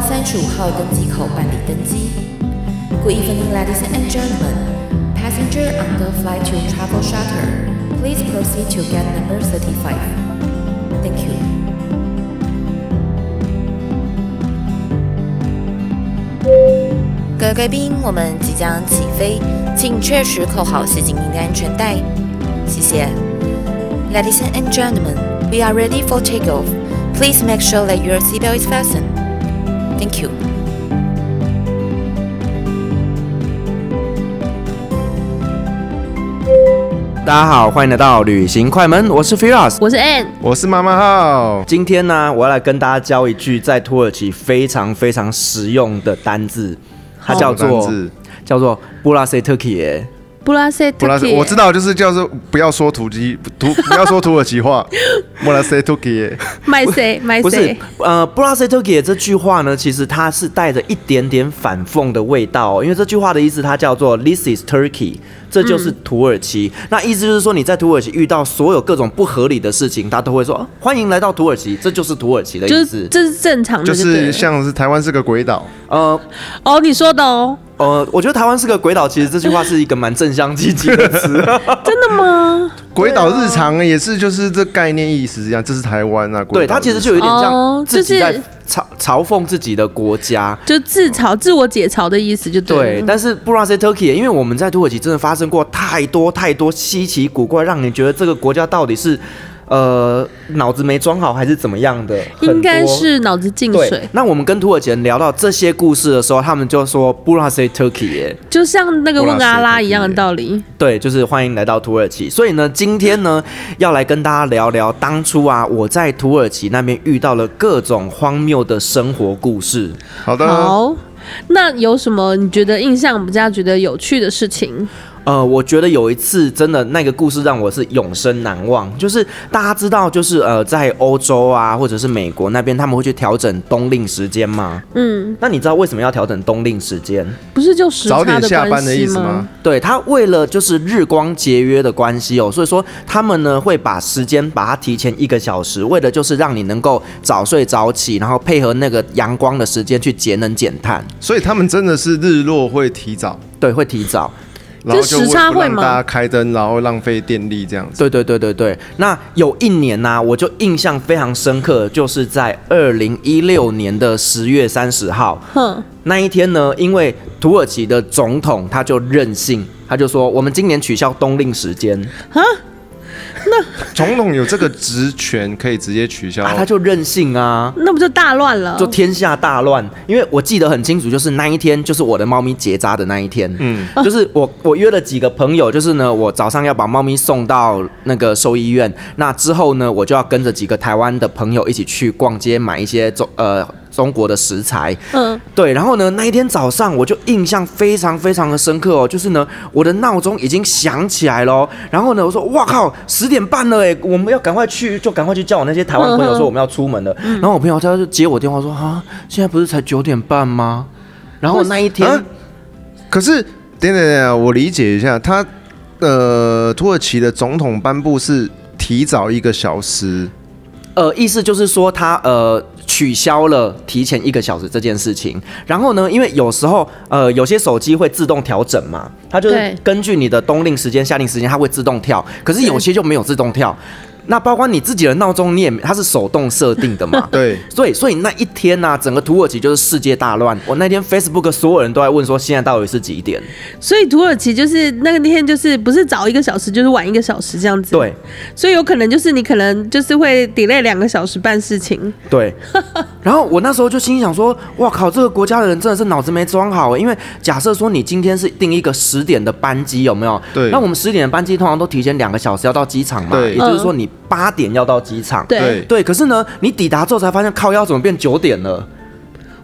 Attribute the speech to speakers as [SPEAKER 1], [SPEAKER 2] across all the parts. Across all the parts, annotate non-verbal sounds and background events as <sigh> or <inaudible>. [SPEAKER 1] 三十五号登机口办理登机。Good evening, ladies and gentlemen. Passenger on the flight to Travel Charter, please proceed to gate number thirty-five. Thank you. 各位贵宾，我们即将起飞，请确实扣好系紧您的安全带，谢谢。Ladies and gentlemen, we are ready for takeoff. Please make sure that your seatbelt is fastened. Thank you.
[SPEAKER 2] 大家好，欢迎来到旅行快门，我是 Firas。
[SPEAKER 3] 我是 Ann，
[SPEAKER 4] 我是妈妈号，
[SPEAKER 2] 今天呢，我要来跟大家教一句在土耳其非常非常实用的单字，它叫
[SPEAKER 4] 什么
[SPEAKER 2] 做
[SPEAKER 4] 单字
[SPEAKER 2] 叫做布拉塞特基耶。
[SPEAKER 3] 布拉塞
[SPEAKER 4] 布
[SPEAKER 3] 特
[SPEAKER 4] 拉
[SPEAKER 3] 基
[SPEAKER 4] 斯，
[SPEAKER 3] 耶，
[SPEAKER 4] 我知道，就是叫做不要说土鸡 <laughs> 土，不要说土耳其话，布拉塞土鸡耶，
[SPEAKER 3] 麦塞麦
[SPEAKER 2] 不是
[SPEAKER 3] 塞，，
[SPEAKER 2] 呃，布拉塞特基耶这句话呢，其实它是带着一点点反讽的味道、哦，因为这句话的意思它叫做 “This is Turkey”，这就是
[SPEAKER 3] 嗯
[SPEAKER 2] 土耳其。那意思就是说，你在土耳其遇到所有各种不合理的事情，他都会说啊“欢迎来到土耳其”，这就是土耳其的
[SPEAKER 3] 就
[SPEAKER 2] 意
[SPEAKER 3] 是
[SPEAKER 2] 思。
[SPEAKER 3] 这是正常的
[SPEAKER 4] 就
[SPEAKER 3] 就对
[SPEAKER 4] 是
[SPEAKER 3] 了，
[SPEAKER 4] 像是台湾是个鬼岛，
[SPEAKER 2] 呃，
[SPEAKER 3] 哦，你说的哦，
[SPEAKER 2] 呃，我觉得台湾是个鬼岛，其实这句话是一个蛮正向积极的词。
[SPEAKER 3] 真的吗？
[SPEAKER 4] 鬼岛日常啊也是就是这概念意思一样，这是台湾啊，
[SPEAKER 2] 对，
[SPEAKER 4] 鬼岛
[SPEAKER 2] 它其实就有点像
[SPEAKER 3] 哦
[SPEAKER 2] 自己
[SPEAKER 3] 就是
[SPEAKER 2] 在嘲嘲讽自己的国家。
[SPEAKER 3] 就自嘲、自我解嘲的意思就对
[SPEAKER 2] 对
[SPEAKER 3] 了，，
[SPEAKER 2] 但是不拉塞 Turkey，因为我们在土耳其真的发生过太多太多稀奇古怪，让你觉得这个国家到底是呃脑子没装好还是怎么样的，很
[SPEAKER 3] 应该
[SPEAKER 2] 多
[SPEAKER 3] 是脑子进
[SPEAKER 2] 对
[SPEAKER 3] 水，。
[SPEAKER 2] 那我们跟土耳其人聊到这些故事的时候，他们就说布拉塞 Turkey 耶。
[SPEAKER 3] 就像那个问阿
[SPEAKER 4] 布拉塞特
[SPEAKER 3] 拉
[SPEAKER 4] 基
[SPEAKER 3] 一
[SPEAKER 4] 耶
[SPEAKER 3] 样的道理，
[SPEAKER 2] 对，就是欢迎来到土耳其。所以呢，今天呢，要来跟大家聊聊当初啊，我在土耳其那边遇到了各种荒谬的生活故事。
[SPEAKER 4] 好的，
[SPEAKER 3] 好。那有什么你觉得印象比较觉得有趣的事情？
[SPEAKER 2] 呃，我觉得有一次真的那个故事让我是永生难忘，就是大家知道，就是呃，在欧洲啊，或者是美国那边，他们会去调整冬令时间吗？
[SPEAKER 3] 嗯，
[SPEAKER 2] 那你知道为什么要调整冬令时间？
[SPEAKER 3] 不是就时
[SPEAKER 4] 早
[SPEAKER 3] 差
[SPEAKER 4] 点
[SPEAKER 3] 的
[SPEAKER 4] 下
[SPEAKER 3] 关
[SPEAKER 4] 班的
[SPEAKER 3] 系
[SPEAKER 4] 意思吗？？
[SPEAKER 2] 对他为了就是日光节约的关系哦，所以说他们呢会把时间把它提前一个小时，为了就是让你能够早睡早起，然后配合那个阳光的时间去节能减碳。
[SPEAKER 4] 所以他们真的是日落会提早，
[SPEAKER 2] 对，会提早。
[SPEAKER 4] 然后就
[SPEAKER 3] 时差
[SPEAKER 4] 不
[SPEAKER 3] 会
[SPEAKER 4] 让
[SPEAKER 3] 吗
[SPEAKER 4] 大家开灯，然后浪费电力这样子。
[SPEAKER 2] 对对对对对。那有一年呢、我就印象非常深刻，就是在二零一六年的十月三十号，
[SPEAKER 3] 哼，
[SPEAKER 2] 那一天呢，因为土耳其的总统他就任性，他就说我们今年取消冬令时间
[SPEAKER 4] 总统有这个职权可以直接取消
[SPEAKER 2] 啊，他就任性啊。
[SPEAKER 3] 那不就大乱了？
[SPEAKER 2] 就天下大乱，因为我记得很清楚，就是那一天，就是我的猫咪结扎的那一天。嗯，就是我我约了几个朋友，就是呢，我早上要把猫咪送到那个兽医院，那之后呢，我就要跟着几个台湾的朋友一起去逛街买一些中呃中国的食材。
[SPEAKER 3] 嗯，
[SPEAKER 2] 对，然后呢，那一天早上我就印象非常非常的深刻哦，就是呢，我的闹钟已经响起来了哦，然后呢，我说哇靠，十点半了哎，我们要赶快去，就赶快去叫我那些台湾朋友说我们要出门了。然后我朋友他就接我电话说啊，现在不是才九点半吗？然后那一天、
[SPEAKER 4] 啊可是，等等等等，我理解一下，他呃，土耳其的总统颁布是提早一个小时，？
[SPEAKER 2] 呃，意思就是说他呃取消了提前一个小时这件事情。然后呢，因为有时候呃有些手机会自动调整嘛，它就是
[SPEAKER 3] 对
[SPEAKER 2] 根据你的冬令时间、夏令时间，它会自动跳。可是有些就没有自动跳。那包括你自己的闹钟，你也它是手动设定的嘛
[SPEAKER 4] 对，
[SPEAKER 2] 所以，所以那一天呢、整个土耳其就是世界大乱。我那天 Facebook 所有人都在问说，现在到底是几点？
[SPEAKER 3] 所以土耳其就是那个那天就是不是早一个小时就是晚一个小时这样子。
[SPEAKER 2] 对，
[SPEAKER 3] 所以有可能就是你可能就是会 delay 两个小时办事情，
[SPEAKER 2] 对， <laughs> 然后我那时候就心想说，哇靠，这个国家的人真的是脑子没装好欸因为假设说你今天是订一个十点的班机，有没有？
[SPEAKER 4] 对
[SPEAKER 2] 那我们十点的班机通常都提前两个小时要到机场嘛，
[SPEAKER 4] 对
[SPEAKER 2] 也就是说你八点要到机场。
[SPEAKER 3] 对，
[SPEAKER 4] 对
[SPEAKER 2] 对，可是呢，你抵达之后才发现靠腰怎么变九点了？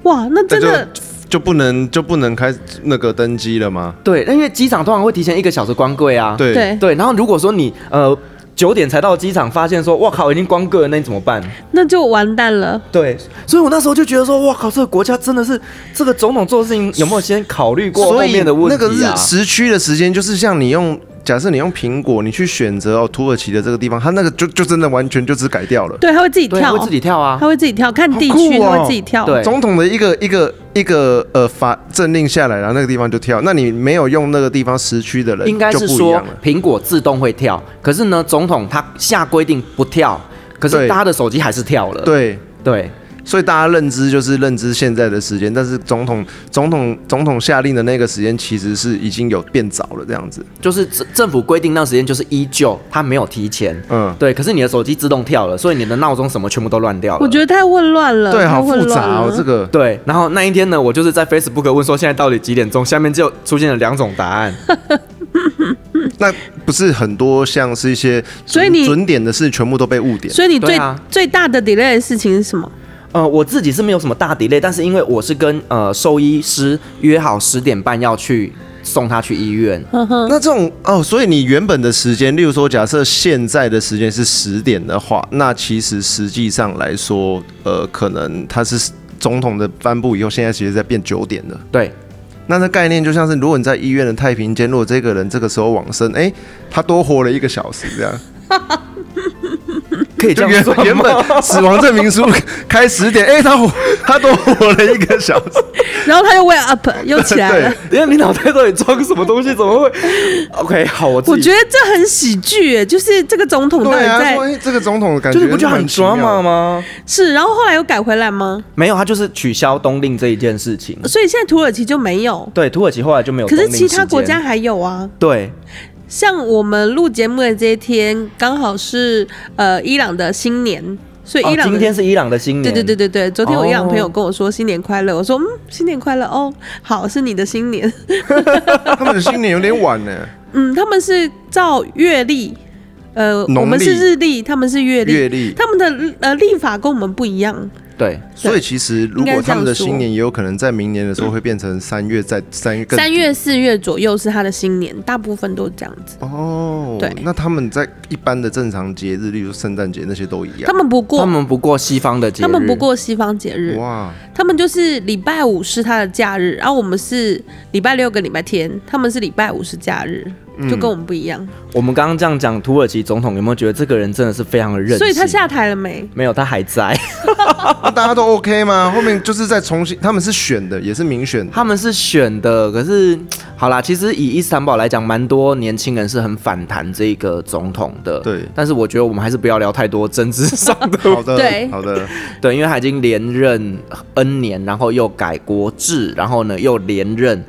[SPEAKER 3] 哇，那真
[SPEAKER 4] 那
[SPEAKER 3] 的
[SPEAKER 4] 就就不能就不能开那个登机了吗？
[SPEAKER 2] 对，因为机场通常会提前一个小时关柜啊。
[SPEAKER 4] 对
[SPEAKER 3] 对
[SPEAKER 2] 对，然后如果说你呃九点才到机场，发现说哇靠已经关柜了，那你怎么办？
[SPEAKER 3] 那就完蛋了。
[SPEAKER 2] 对，所以我那时候就觉得说，哇靠，这个国家真的是这个总统做的事情有没有先考虑过后
[SPEAKER 4] 所以
[SPEAKER 2] 面的问题、
[SPEAKER 4] 那
[SPEAKER 2] 啊？
[SPEAKER 4] 个日时区的时间，就是像你用假设你用苹果，你去选择哦土耳其的这个地方，它那个就就真的完全就只改掉了。
[SPEAKER 3] 对，他会自己
[SPEAKER 2] 对，
[SPEAKER 3] 跳，
[SPEAKER 2] 会自己跳啊
[SPEAKER 3] 他。会自己跳，看地区
[SPEAKER 4] 好酷哦
[SPEAKER 3] 他会自己跳。
[SPEAKER 2] 对
[SPEAKER 4] 总统的一个一个一个呃法政令下来，然后那个地方就跳，那你没有用那个地方时区的人，
[SPEAKER 2] 应该是
[SPEAKER 4] 就不一
[SPEAKER 2] 说
[SPEAKER 4] 样了。
[SPEAKER 2] 苹果自动会跳，可是呢，总统他下规定不跳，可是
[SPEAKER 4] 对
[SPEAKER 2] 大家的手机还是跳了。
[SPEAKER 4] 对，
[SPEAKER 2] 对
[SPEAKER 4] 所以大家认知就是认知现在的时间，但是总统总统总统下令的那个时间其实是已经有变早了这样子。
[SPEAKER 2] 就是政政府规定那时间就是依旧，他没有提前。
[SPEAKER 4] 嗯，
[SPEAKER 2] 对，可是你的手机自动跳了，所以你的闹钟什么全部都乱掉了。
[SPEAKER 3] 我觉得太混乱了，
[SPEAKER 4] 对，
[SPEAKER 3] 太
[SPEAKER 4] 好复
[SPEAKER 3] 混呃乱
[SPEAKER 4] 杂哦
[SPEAKER 3] 了，
[SPEAKER 4] 这个。
[SPEAKER 2] 对，然后那一天呢，我就是在 Facebook 问说现在到底几点钟，下面就出现了两种答案。
[SPEAKER 4] 那不是很多像是一些准，
[SPEAKER 3] 所以你
[SPEAKER 4] 准点的事全部都被误点。
[SPEAKER 3] 所以你
[SPEAKER 2] 对
[SPEAKER 3] 最、
[SPEAKER 2] 啊
[SPEAKER 3] 最大的 delay 的事情是什么？
[SPEAKER 2] 呃，我自己是没有什么大 delay，但是因为我是跟呃兽医师约好十点半要去送他去医院，
[SPEAKER 3] 嗯
[SPEAKER 4] 那这种哦，所以你原本的时间，例如说，假设现在的时间是十点的话，那其实实际上来说，呃，可能它是总统的颁布以后，现在其实在变九点了。
[SPEAKER 2] 对，
[SPEAKER 4] 那这概念就像是，如果你在医院的太平间，如果这个人这个时候往生，哎、他多活了一个小时，这样。
[SPEAKER 2] 可以这
[SPEAKER 4] 就
[SPEAKER 2] 样
[SPEAKER 4] 原
[SPEAKER 2] 说吗
[SPEAKER 4] 原本死亡证明书开十点，哎、他活 <laughs> 他多活了一个小
[SPEAKER 3] <laughs>
[SPEAKER 4] 时。
[SPEAKER 3] 然后他又 wake up 又起来了
[SPEAKER 4] 对。
[SPEAKER 2] <laughs> 因为你脑袋到底装什么东西？怎么会 <laughs> ？OK，好，我自
[SPEAKER 3] 我
[SPEAKER 2] 己
[SPEAKER 3] 觉得这很喜剧耶，就是这个总统到底
[SPEAKER 4] 对啊，
[SPEAKER 3] 在、
[SPEAKER 4] 所以这个总统的感觉
[SPEAKER 2] 就是不就很
[SPEAKER 4] 奇妙
[SPEAKER 2] drama 吗？
[SPEAKER 3] 是，然后后来又改回来吗？
[SPEAKER 2] 没有，他就是取消冬令这一件事情。
[SPEAKER 3] 所以现在土耳其就没有，
[SPEAKER 2] 对，土耳其后来就没有
[SPEAKER 3] 嗯可
[SPEAKER 2] 冬令
[SPEAKER 3] 是
[SPEAKER 2] 时间。
[SPEAKER 3] 其他国家还有啊。
[SPEAKER 2] 对
[SPEAKER 3] 像我们录节目的这一天，刚好是呃伊朗的新年，所以
[SPEAKER 2] 哦
[SPEAKER 3] 伊朗的、
[SPEAKER 2] 今天是伊朗的新
[SPEAKER 3] 对
[SPEAKER 2] 年，
[SPEAKER 3] 对对
[SPEAKER 2] 对，
[SPEAKER 3] 对对，昨天我伊朗
[SPEAKER 2] 哦
[SPEAKER 3] 朋友跟我说新年快乐，我说嗯新年快乐哦，好是你的新年， <laughs>
[SPEAKER 4] 他们的新年有点晚呢、
[SPEAKER 3] 嗯他们是照月历，呃
[SPEAKER 4] 农历
[SPEAKER 3] 我们是日历，他们是月历，
[SPEAKER 4] 月历
[SPEAKER 3] 他们的呃历法跟我们不一样，
[SPEAKER 2] 对
[SPEAKER 4] 所以其实如
[SPEAKER 3] 应该
[SPEAKER 4] 果
[SPEAKER 3] 是这样
[SPEAKER 4] 他们的
[SPEAKER 3] 说
[SPEAKER 4] 新年也有可能在明年的时候会变成三月在三月更
[SPEAKER 3] 三月四月左右是他的新年，大部分都是这样子，
[SPEAKER 4] 哦
[SPEAKER 3] 对，
[SPEAKER 4] 那他们在一般的正常节日，例如圣诞节那些都一
[SPEAKER 3] 他
[SPEAKER 4] 样。
[SPEAKER 3] 们不过
[SPEAKER 2] 他们不过西方的节日，
[SPEAKER 3] 他们不过西方节日，
[SPEAKER 4] 哇，
[SPEAKER 3] 他们就是礼拜五是他的假日，然后我们是礼拜六跟礼拜天，他们是礼拜五是假日，
[SPEAKER 2] 嗯
[SPEAKER 3] 就跟我们不一样。
[SPEAKER 2] 我们刚刚这样讲，土耳其总统有没有觉得这个人真的是非常的任性？
[SPEAKER 3] 所以他下台了没？
[SPEAKER 2] 没有，他还在。
[SPEAKER 4] 那大家都 OK 吗？后面就是在重新，他们是选的，也是民选的。
[SPEAKER 2] 他们是选的，可是好啦，其实以伊斯坦堡来讲，蛮多年轻人是很反弹这个总统的。
[SPEAKER 4] 对
[SPEAKER 2] 但是我觉得我们还是不要聊太多政治上的
[SPEAKER 4] <laughs> 好的
[SPEAKER 3] 对，
[SPEAKER 4] 好的，
[SPEAKER 2] 对，因为他已经连任呃 N 年，然后又改国制，然后呢又连任，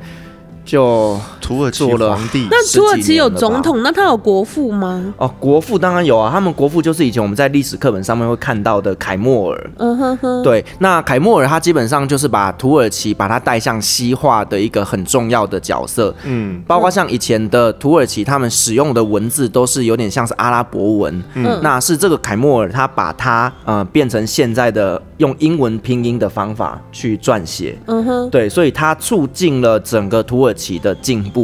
[SPEAKER 2] 就
[SPEAKER 4] 土耳其
[SPEAKER 2] 做了
[SPEAKER 4] 皇帝
[SPEAKER 3] 那土耳其有
[SPEAKER 2] 十几年了吧
[SPEAKER 3] 总统，那他有国父吗？
[SPEAKER 2] 哦，国父当然有啊，他们国父就是以前我们在历史课本上面会看到的凯末尔。
[SPEAKER 3] 嗯哼哼，
[SPEAKER 2] 对，那凯末尔他基本上就是把土耳其把它带向西化的一个很重要的角色，
[SPEAKER 4] 嗯，
[SPEAKER 2] 包括像以前的土耳其，他们使用的文字都是有点像是阿拉伯文，
[SPEAKER 3] 嗯
[SPEAKER 2] 那是这个凯末尔他把它呃变成现在的用英文拼音的方法去撰写，
[SPEAKER 3] 嗯哼，
[SPEAKER 2] 对，所以它促进了整个土耳其的进步。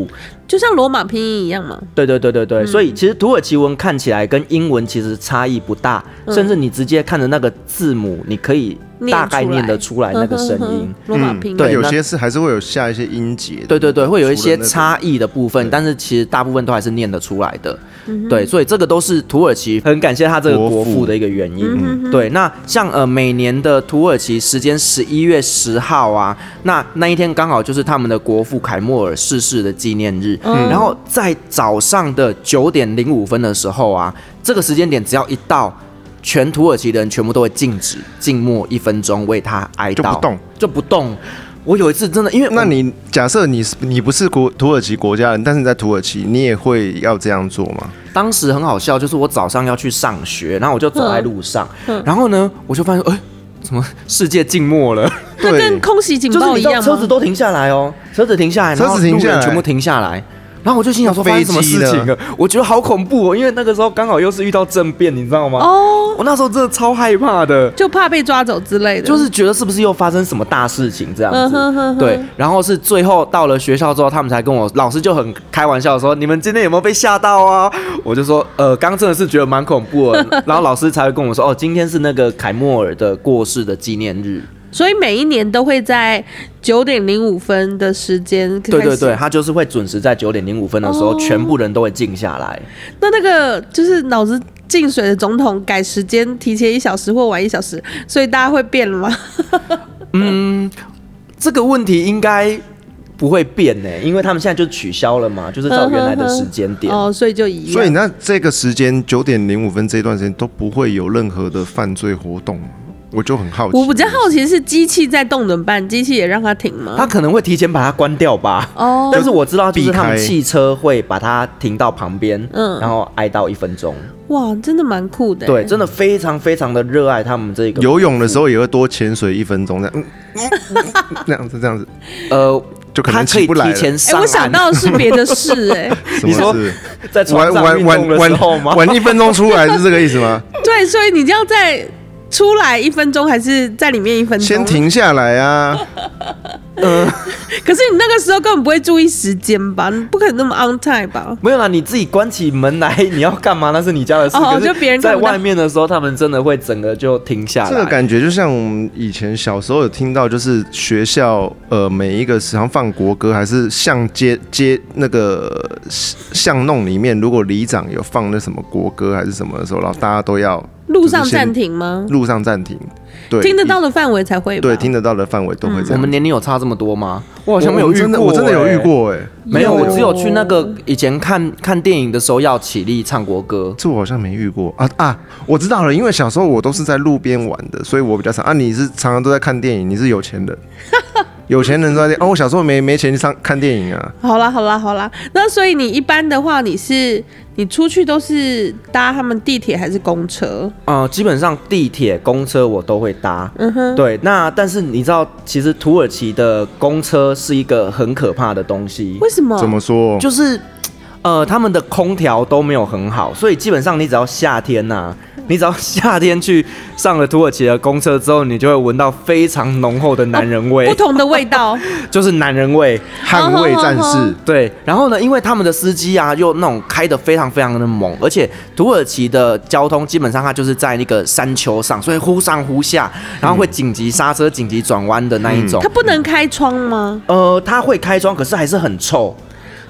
[SPEAKER 3] 就像罗马拼音一样嘛。
[SPEAKER 2] 对对对对
[SPEAKER 3] 嗯
[SPEAKER 2] 对，所以其实土耳其文看起来跟英文其实差异不大，
[SPEAKER 3] 嗯
[SPEAKER 2] 甚至你直接看着那个字母，你可以大概念得出来哎那个声
[SPEAKER 3] 嗯哼
[SPEAKER 2] 音
[SPEAKER 3] 哼。罗马拼音。
[SPEAKER 4] 那
[SPEAKER 2] 对
[SPEAKER 4] 有
[SPEAKER 2] 那
[SPEAKER 4] 些是还是会有下一些音节的。
[SPEAKER 2] 对对对，会有一些
[SPEAKER 4] 除了那个
[SPEAKER 2] 差异的部分，但是其实大部分都还是念得出来的。
[SPEAKER 3] 嗯
[SPEAKER 2] 对，所以这个都是土耳其很感谢他这个
[SPEAKER 4] 国
[SPEAKER 2] 国
[SPEAKER 4] 父
[SPEAKER 2] 父的一个原因。
[SPEAKER 3] 嗯
[SPEAKER 2] 对，那像呃每年的土耳其时间十一月十号啊，那那一天刚好就是他们的国父凯末尔逝世的纪念日。
[SPEAKER 3] 嗯
[SPEAKER 2] 然后在早上的九点零五分的时候啊，这个时间点只要一到。全土耳其人全部都会静止、静默一分钟，为他哀悼，
[SPEAKER 4] 就不动，
[SPEAKER 2] 就不动。我有一次真的，因为我
[SPEAKER 4] 那你假设你是你不是国土耳其国家人，但是你在土耳其，你也会要这样做吗？
[SPEAKER 2] 当时很好笑，就是我早上要去上学，然后我就走在路上，
[SPEAKER 3] 嗯
[SPEAKER 2] 然后呢，我就发现，哎、怎么世界静默了？
[SPEAKER 3] 那跟
[SPEAKER 4] 对，
[SPEAKER 3] 空袭警
[SPEAKER 2] 就是
[SPEAKER 3] 报
[SPEAKER 2] 你
[SPEAKER 3] 嗯一
[SPEAKER 2] 知道
[SPEAKER 3] 样啊
[SPEAKER 2] 车子
[SPEAKER 3] 吗？
[SPEAKER 2] 都停下来哦，车子停下来，
[SPEAKER 4] 车子
[SPEAKER 2] 然后
[SPEAKER 4] 停下来
[SPEAKER 2] 路人全部停下来。然后我就心想说，发生什么事
[SPEAKER 4] 飞
[SPEAKER 2] 情
[SPEAKER 4] 机
[SPEAKER 2] 了？我觉得好恐怖哦，因为那个时候刚好又是遇到政变，你知道吗？哦，我那时候真的超害怕的。
[SPEAKER 3] 就怕被抓走之类的。
[SPEAKER 2] 就是觉得是不是又发生什么大事情这样
[SPEAKER 3] 嗯哼
[SPEAKER 2] 子
[SPEAKER 3] 哼，哼
[SPEAKER 2] 对，然后是最后到了学校之后，他们才跟我老师就很开玩笑说：“你们今天有没有被吓到啊？”我就说：“呃，刚真的是觉 <laughs> 得蛮恐怖的。”然后老师才会跟我说：“哦，今天是那个凯莫尔的过世的纪念日。
[SPEAKER 3] 所以每一年都会在九点零五分的时间开始。
[SPEAKER 2] 对对对，他就是会准时在九点零五分的时候，
[SPEAKER 3] 哦
[SPEAKER 2] 全部人都会静下来。
[SPEAKER 3] 那那个就是脑子进水的总统改时间提前一小时或晚一小时，所以大家会变了吗？
[SPEAKER 2] 这个问题应该不会变呢、因为他们现在就取消了嘛，就是照原来的时间点。
[SPEAKER 3] 哦，所以就一样。
[SPEAKER 4] 所以那这个时间九点零五分这一段时间都不会有任何的犯罪活动吗，我就很好奇。
[SPEAKER 3] 我比较好奇是机器在动怎么办？机器也让它停吗？
[SPEAKER 2] 他可能会提前把它关掉吧。
[SPEAKER 3] 啊哦，
[SPEAKER 2] 但是我知道，就是他们
[SPEAKER 4] 避开
[SPEAKER 2] 汽车会把它停到旁边，
[SPEAKER 3] 嗯
[SPEAKER 2] 然后哀悼一分钟。
[SPEAKER 3] 哇，真的蛮酷的。
[SPEAKER 2] 对，，真的非常非常的热爱他们这个
[SPEAKER 4] 游泳的时候也会多潜水一分钟，这样，嗯嗯嗯这样子这样子
[SPEAKER 2] 呃，
[SPEAKER 4] 就可
[SPEAKER 2] 他
[SPEAKER 4] 能
[SPEAKER 2] 可
[SPEAKER 4] 起
[SPEAKER 2] 以
[SPEAKER 4] 不来
[SPEAKER 2] 提
[SPEAKER 4] 了。
[SPEAKER 2] 前
[SPEAKER 3] 哎、
[SPEAKER 2] 上
[SPEAKER 3] 我想
[SPEAKER 2] 岸。
[SPEAKER 3] 到的是别的事、
[SPEAKER 4] <laughs>
[SPEAKER 3] 哎，
[SPEAKER 4] 什
[SPEAKER 2] 你
[SPEAKER 4] 么
[SPEAKER 2] 说
[SPEAKER 4] 事？
[SPEAKER 2] <laughs> 在床
[SPEAKER 4] 晚
[SPEAKER 2] 上
[SPEAKER 4] 晚
[SPEAKER 2] 运动
[SPEAKER 4] 晚
[SPEAKER 2] 的时候
[SPEAKER 4] 晚
[SPEAKER 2] <laughs> 吗？
[SPEAKER 4] 晚一分钟出来是这个意思吗？
[SPEAKER 2] 嗯
[SPEAKER 3] 对，所以你就要在出来一分钟，还是在里面一分钟？
[SPEAKER 4] 先。停下来啊！
[SPEAKER 3] 可是你那个时候根本不会注意时间吧？你不可能那么 on time 吧？
[SPEAKER 2] 没有啦，你自己关起门来，你要干嘛那是你家的事。
[SPEAKER 3] 哦
[SPEAKER 2] 可是
[SPEAKER 3] 就别人看
[SPEAKER 2] 在
[SPEAKER 3] 不到
[SPEAKER 2] 外面的时候，他们真的会整个就停下来。
[SPEAKER 4] 这个感觉就像我们以前小时候有听到，就是学校呃每一个时常放国歌，还是巷街街那个呃巷弄里面，如果里长有放那什么国歌还是什么的时候，然后大家都要
[SPEAKER 3] 路上
[SPEAKER 4] 就是先
[SPEAKER 3] 暂停吗？
[SPEAKER 4] 路上暂停，对，
[SPEAKER 3] 听得到的范围才会吧？
[SPEAKER 4] 对听得到的范围都会这样。
[SPEAKER 2] 我们年龄有差这么多吗？嗯我好
[SPEAKER 4] 我
[SPEAKER 2] 像没有
[SPEAKER 4] 我
[SPEAKER 2] 遇
[SPEAKER 4] 真的
[SPEAKER 2] 过，欸
[SPEAKER 4] 我真的有遇。过哎、
[SPEAKER 2] 没有，
[SPEAKER 3] 有
[SPEAKER 2] 我只有去那个以前看看电影的时候要起立唱国歌。
[SPEAKER 4] 这我好像没遇过啊啊！我知道了，因为小时候我都是在路边玩的，所以我比较常啊。你是常常都在看电影，你是有钱人，有钱人都在电哦。我小时候没没钱去上看电影啊，
[SPEAKER 3] 好啦，好啦，好啦。那所以你一般的话，你是你出去都是搭他们地铁还是公车？
[SPEAKER 2] 呃，基本上地铁、公车我都会搭。
[SPEAKER 3] 嗯哼，
[SPEAKER 2] 对，那但是你知道，其实土耳其的公车是一个很可怕的东西，
[SPEAKER 3] 为什么？
[SPEAKER 4] 怎么说？
[SPEAKER 2] 就是呃，他们的空调都没有很好，所以基本上你只要夏天呐、你只要夏天去上了土耳其的公车之后，你就会闻到非常浓厚的男人味，
[SPEAKER 3] 不同的味道？
[SPEAKER 2] 就是男人味。
[SPEAKER 4] 捍卫战士，
[SPEAKER 2] 对，然后呢，因为他们的司机啊，又那种开的非常非常的猛，而且土耳其的交通基本上它就是在那个山丘上，所以忽上忽下，然后会紧急刹车、紧急转弯的那一种
[SPEAKER 4] 嗯
[SPEAKER 3] 它。不能开窗吗？
[SPEAKER 2] 呃，它会开窗，可是还是很臭。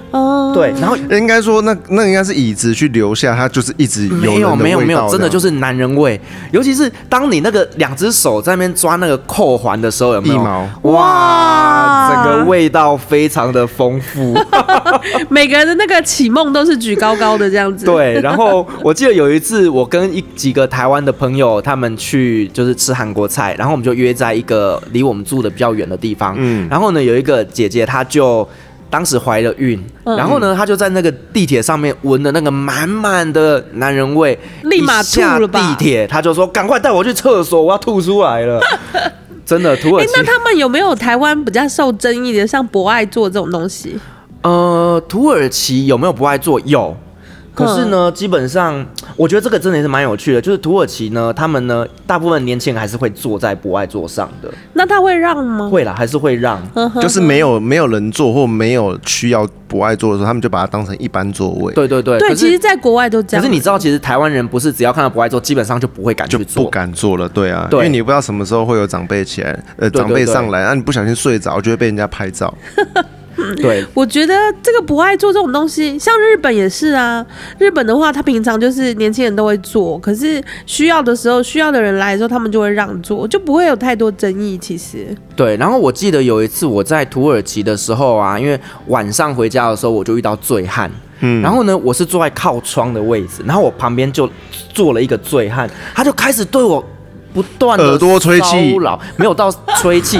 [SPEAKER 3] 哦，
[SPEAKER 2] 对，然后
[SPEAKER 4] 应该说那那应该是椅子去留下，它就是一直有
[SPEAKER 2] 没有
[SPEAKER 4] 人的
[SPEAKER 2] 没有
[SPEAKER 4] 味
[SPEAKER 2] 没
[SPEAKER 4] 道
[SPEAKER 2] 有，真的就是是男人味，尤其是当你那个两只手在那边抓那个扣环的时候，有没
[SPEAKER 4] 一
[SPEAKER 2] 有？
[SPEAKER 4] 毛。
[SPEAKER 2] 哇，整
[SPEAKER 3] 哇
[SPEAKER 2] 个味道非常的丰富。
[SPEAKER 3] 每个人的那个启梦都是举高高的这样子。，
[SPEAKER 2] 对，然后我记得有一次，我跟一几个台湾的朋友，他们去就是吃韩国菜，然后我们就约在一个离我们住的比较远的地方。嗯
[SPEAKER 4] 嗯，
[SPEAKER 2] 然后呢，有一个姐姐，她就当时怀了孕，
[SPEAKER 3] 嗯
[SPEAKER 2] 然后呢，她就在那个地铁上面闻了那个满满的男人味，
[SPEAKER 3] 立马
[SPEAKER 2] 一下
[SPEAKER 3] 吐了吧
[SPEAKER 2] 地铁，她就说：“赶快带我去厕所，我要吐出来
[SPEAKER 3] <laughs>
[SPEAKER 2] 了。”真的，土
[SPEAKER 3] 哎、
[SPEAKER 2] 耳其
[SPEAKER 3] 那他们有没有台湾比较受争议的，像博爱座这种东西？
[SPEAKER 2] 呃，土耳其有没有不爱做？有。可是
[SPEAKER 3] 嗯
[SPEAKER 2] 呢，基本上我觉得这个真的是蛮有趣的，就是土耳其呢，他们呢，大部分年轻人还是会坐在不爱座上的，
[SPEAKER 3] 那他会让吗？
[SPEAKER 2] 会啦，还是会让。
[SPEAKER 3] 嗯
[SPEAKER 4] 就是没有没有人坐或没有需要不爱坐的时候，他们就把它当成一般座位，
[SPEAKER 2] 对对对，
[SPEAKER 3] 对，
[SPEAKER 2] 可
[SPEAKER 3] 其实
[SPEAKER 2] 是
[SPEAKER 3] 在国外都
[SPEAKER 2] 可
[SPEAKER 3] 这样。
[SPEAKER 2] 是你知道，其实台湾人不是只要看到不爱坐，基本上就不会敢
[SPEAKER 4] 就
[SPEAKER 2] 去坐，
[SPEAKER 4] 不敢坐了。对啊，
[SPEAKER 2] 对
[SPEAKER 4] 因为你不知道什么时候会有长辈起来，
[SPEAKER 2] 对
[SPEAKER 4] 呃，
[SPEAKER 2] 对
[SPEAKER 4] 长辈
[SPEAKER 2] 对
[SPEAKER 4] 上来，啊，你不小心睡着就会被人家拍照。
[SPEAKER 2] 对。
[SPEAKER 3] 我觉得这个不爱做这种东西，像日本也是啊。日本的话，他平常就是年轻人都会做，可是需要的时候，需要的人来的时候，他们就会让座，就不会有太多争议。其实，
[SPEAKER 2] 对，然后我记得有一次我在土耳其的时候啊，因为晚上回家的时候我就遇到醉汉，嗯，然后呢，我是坐在靠窗的位置，然后我旁边就坐了一个醉汉，他就开始对我不断的
[SPEAKER 4] 耳朵吹气
[SPEAKER 2] 骚扰，没有到吹气，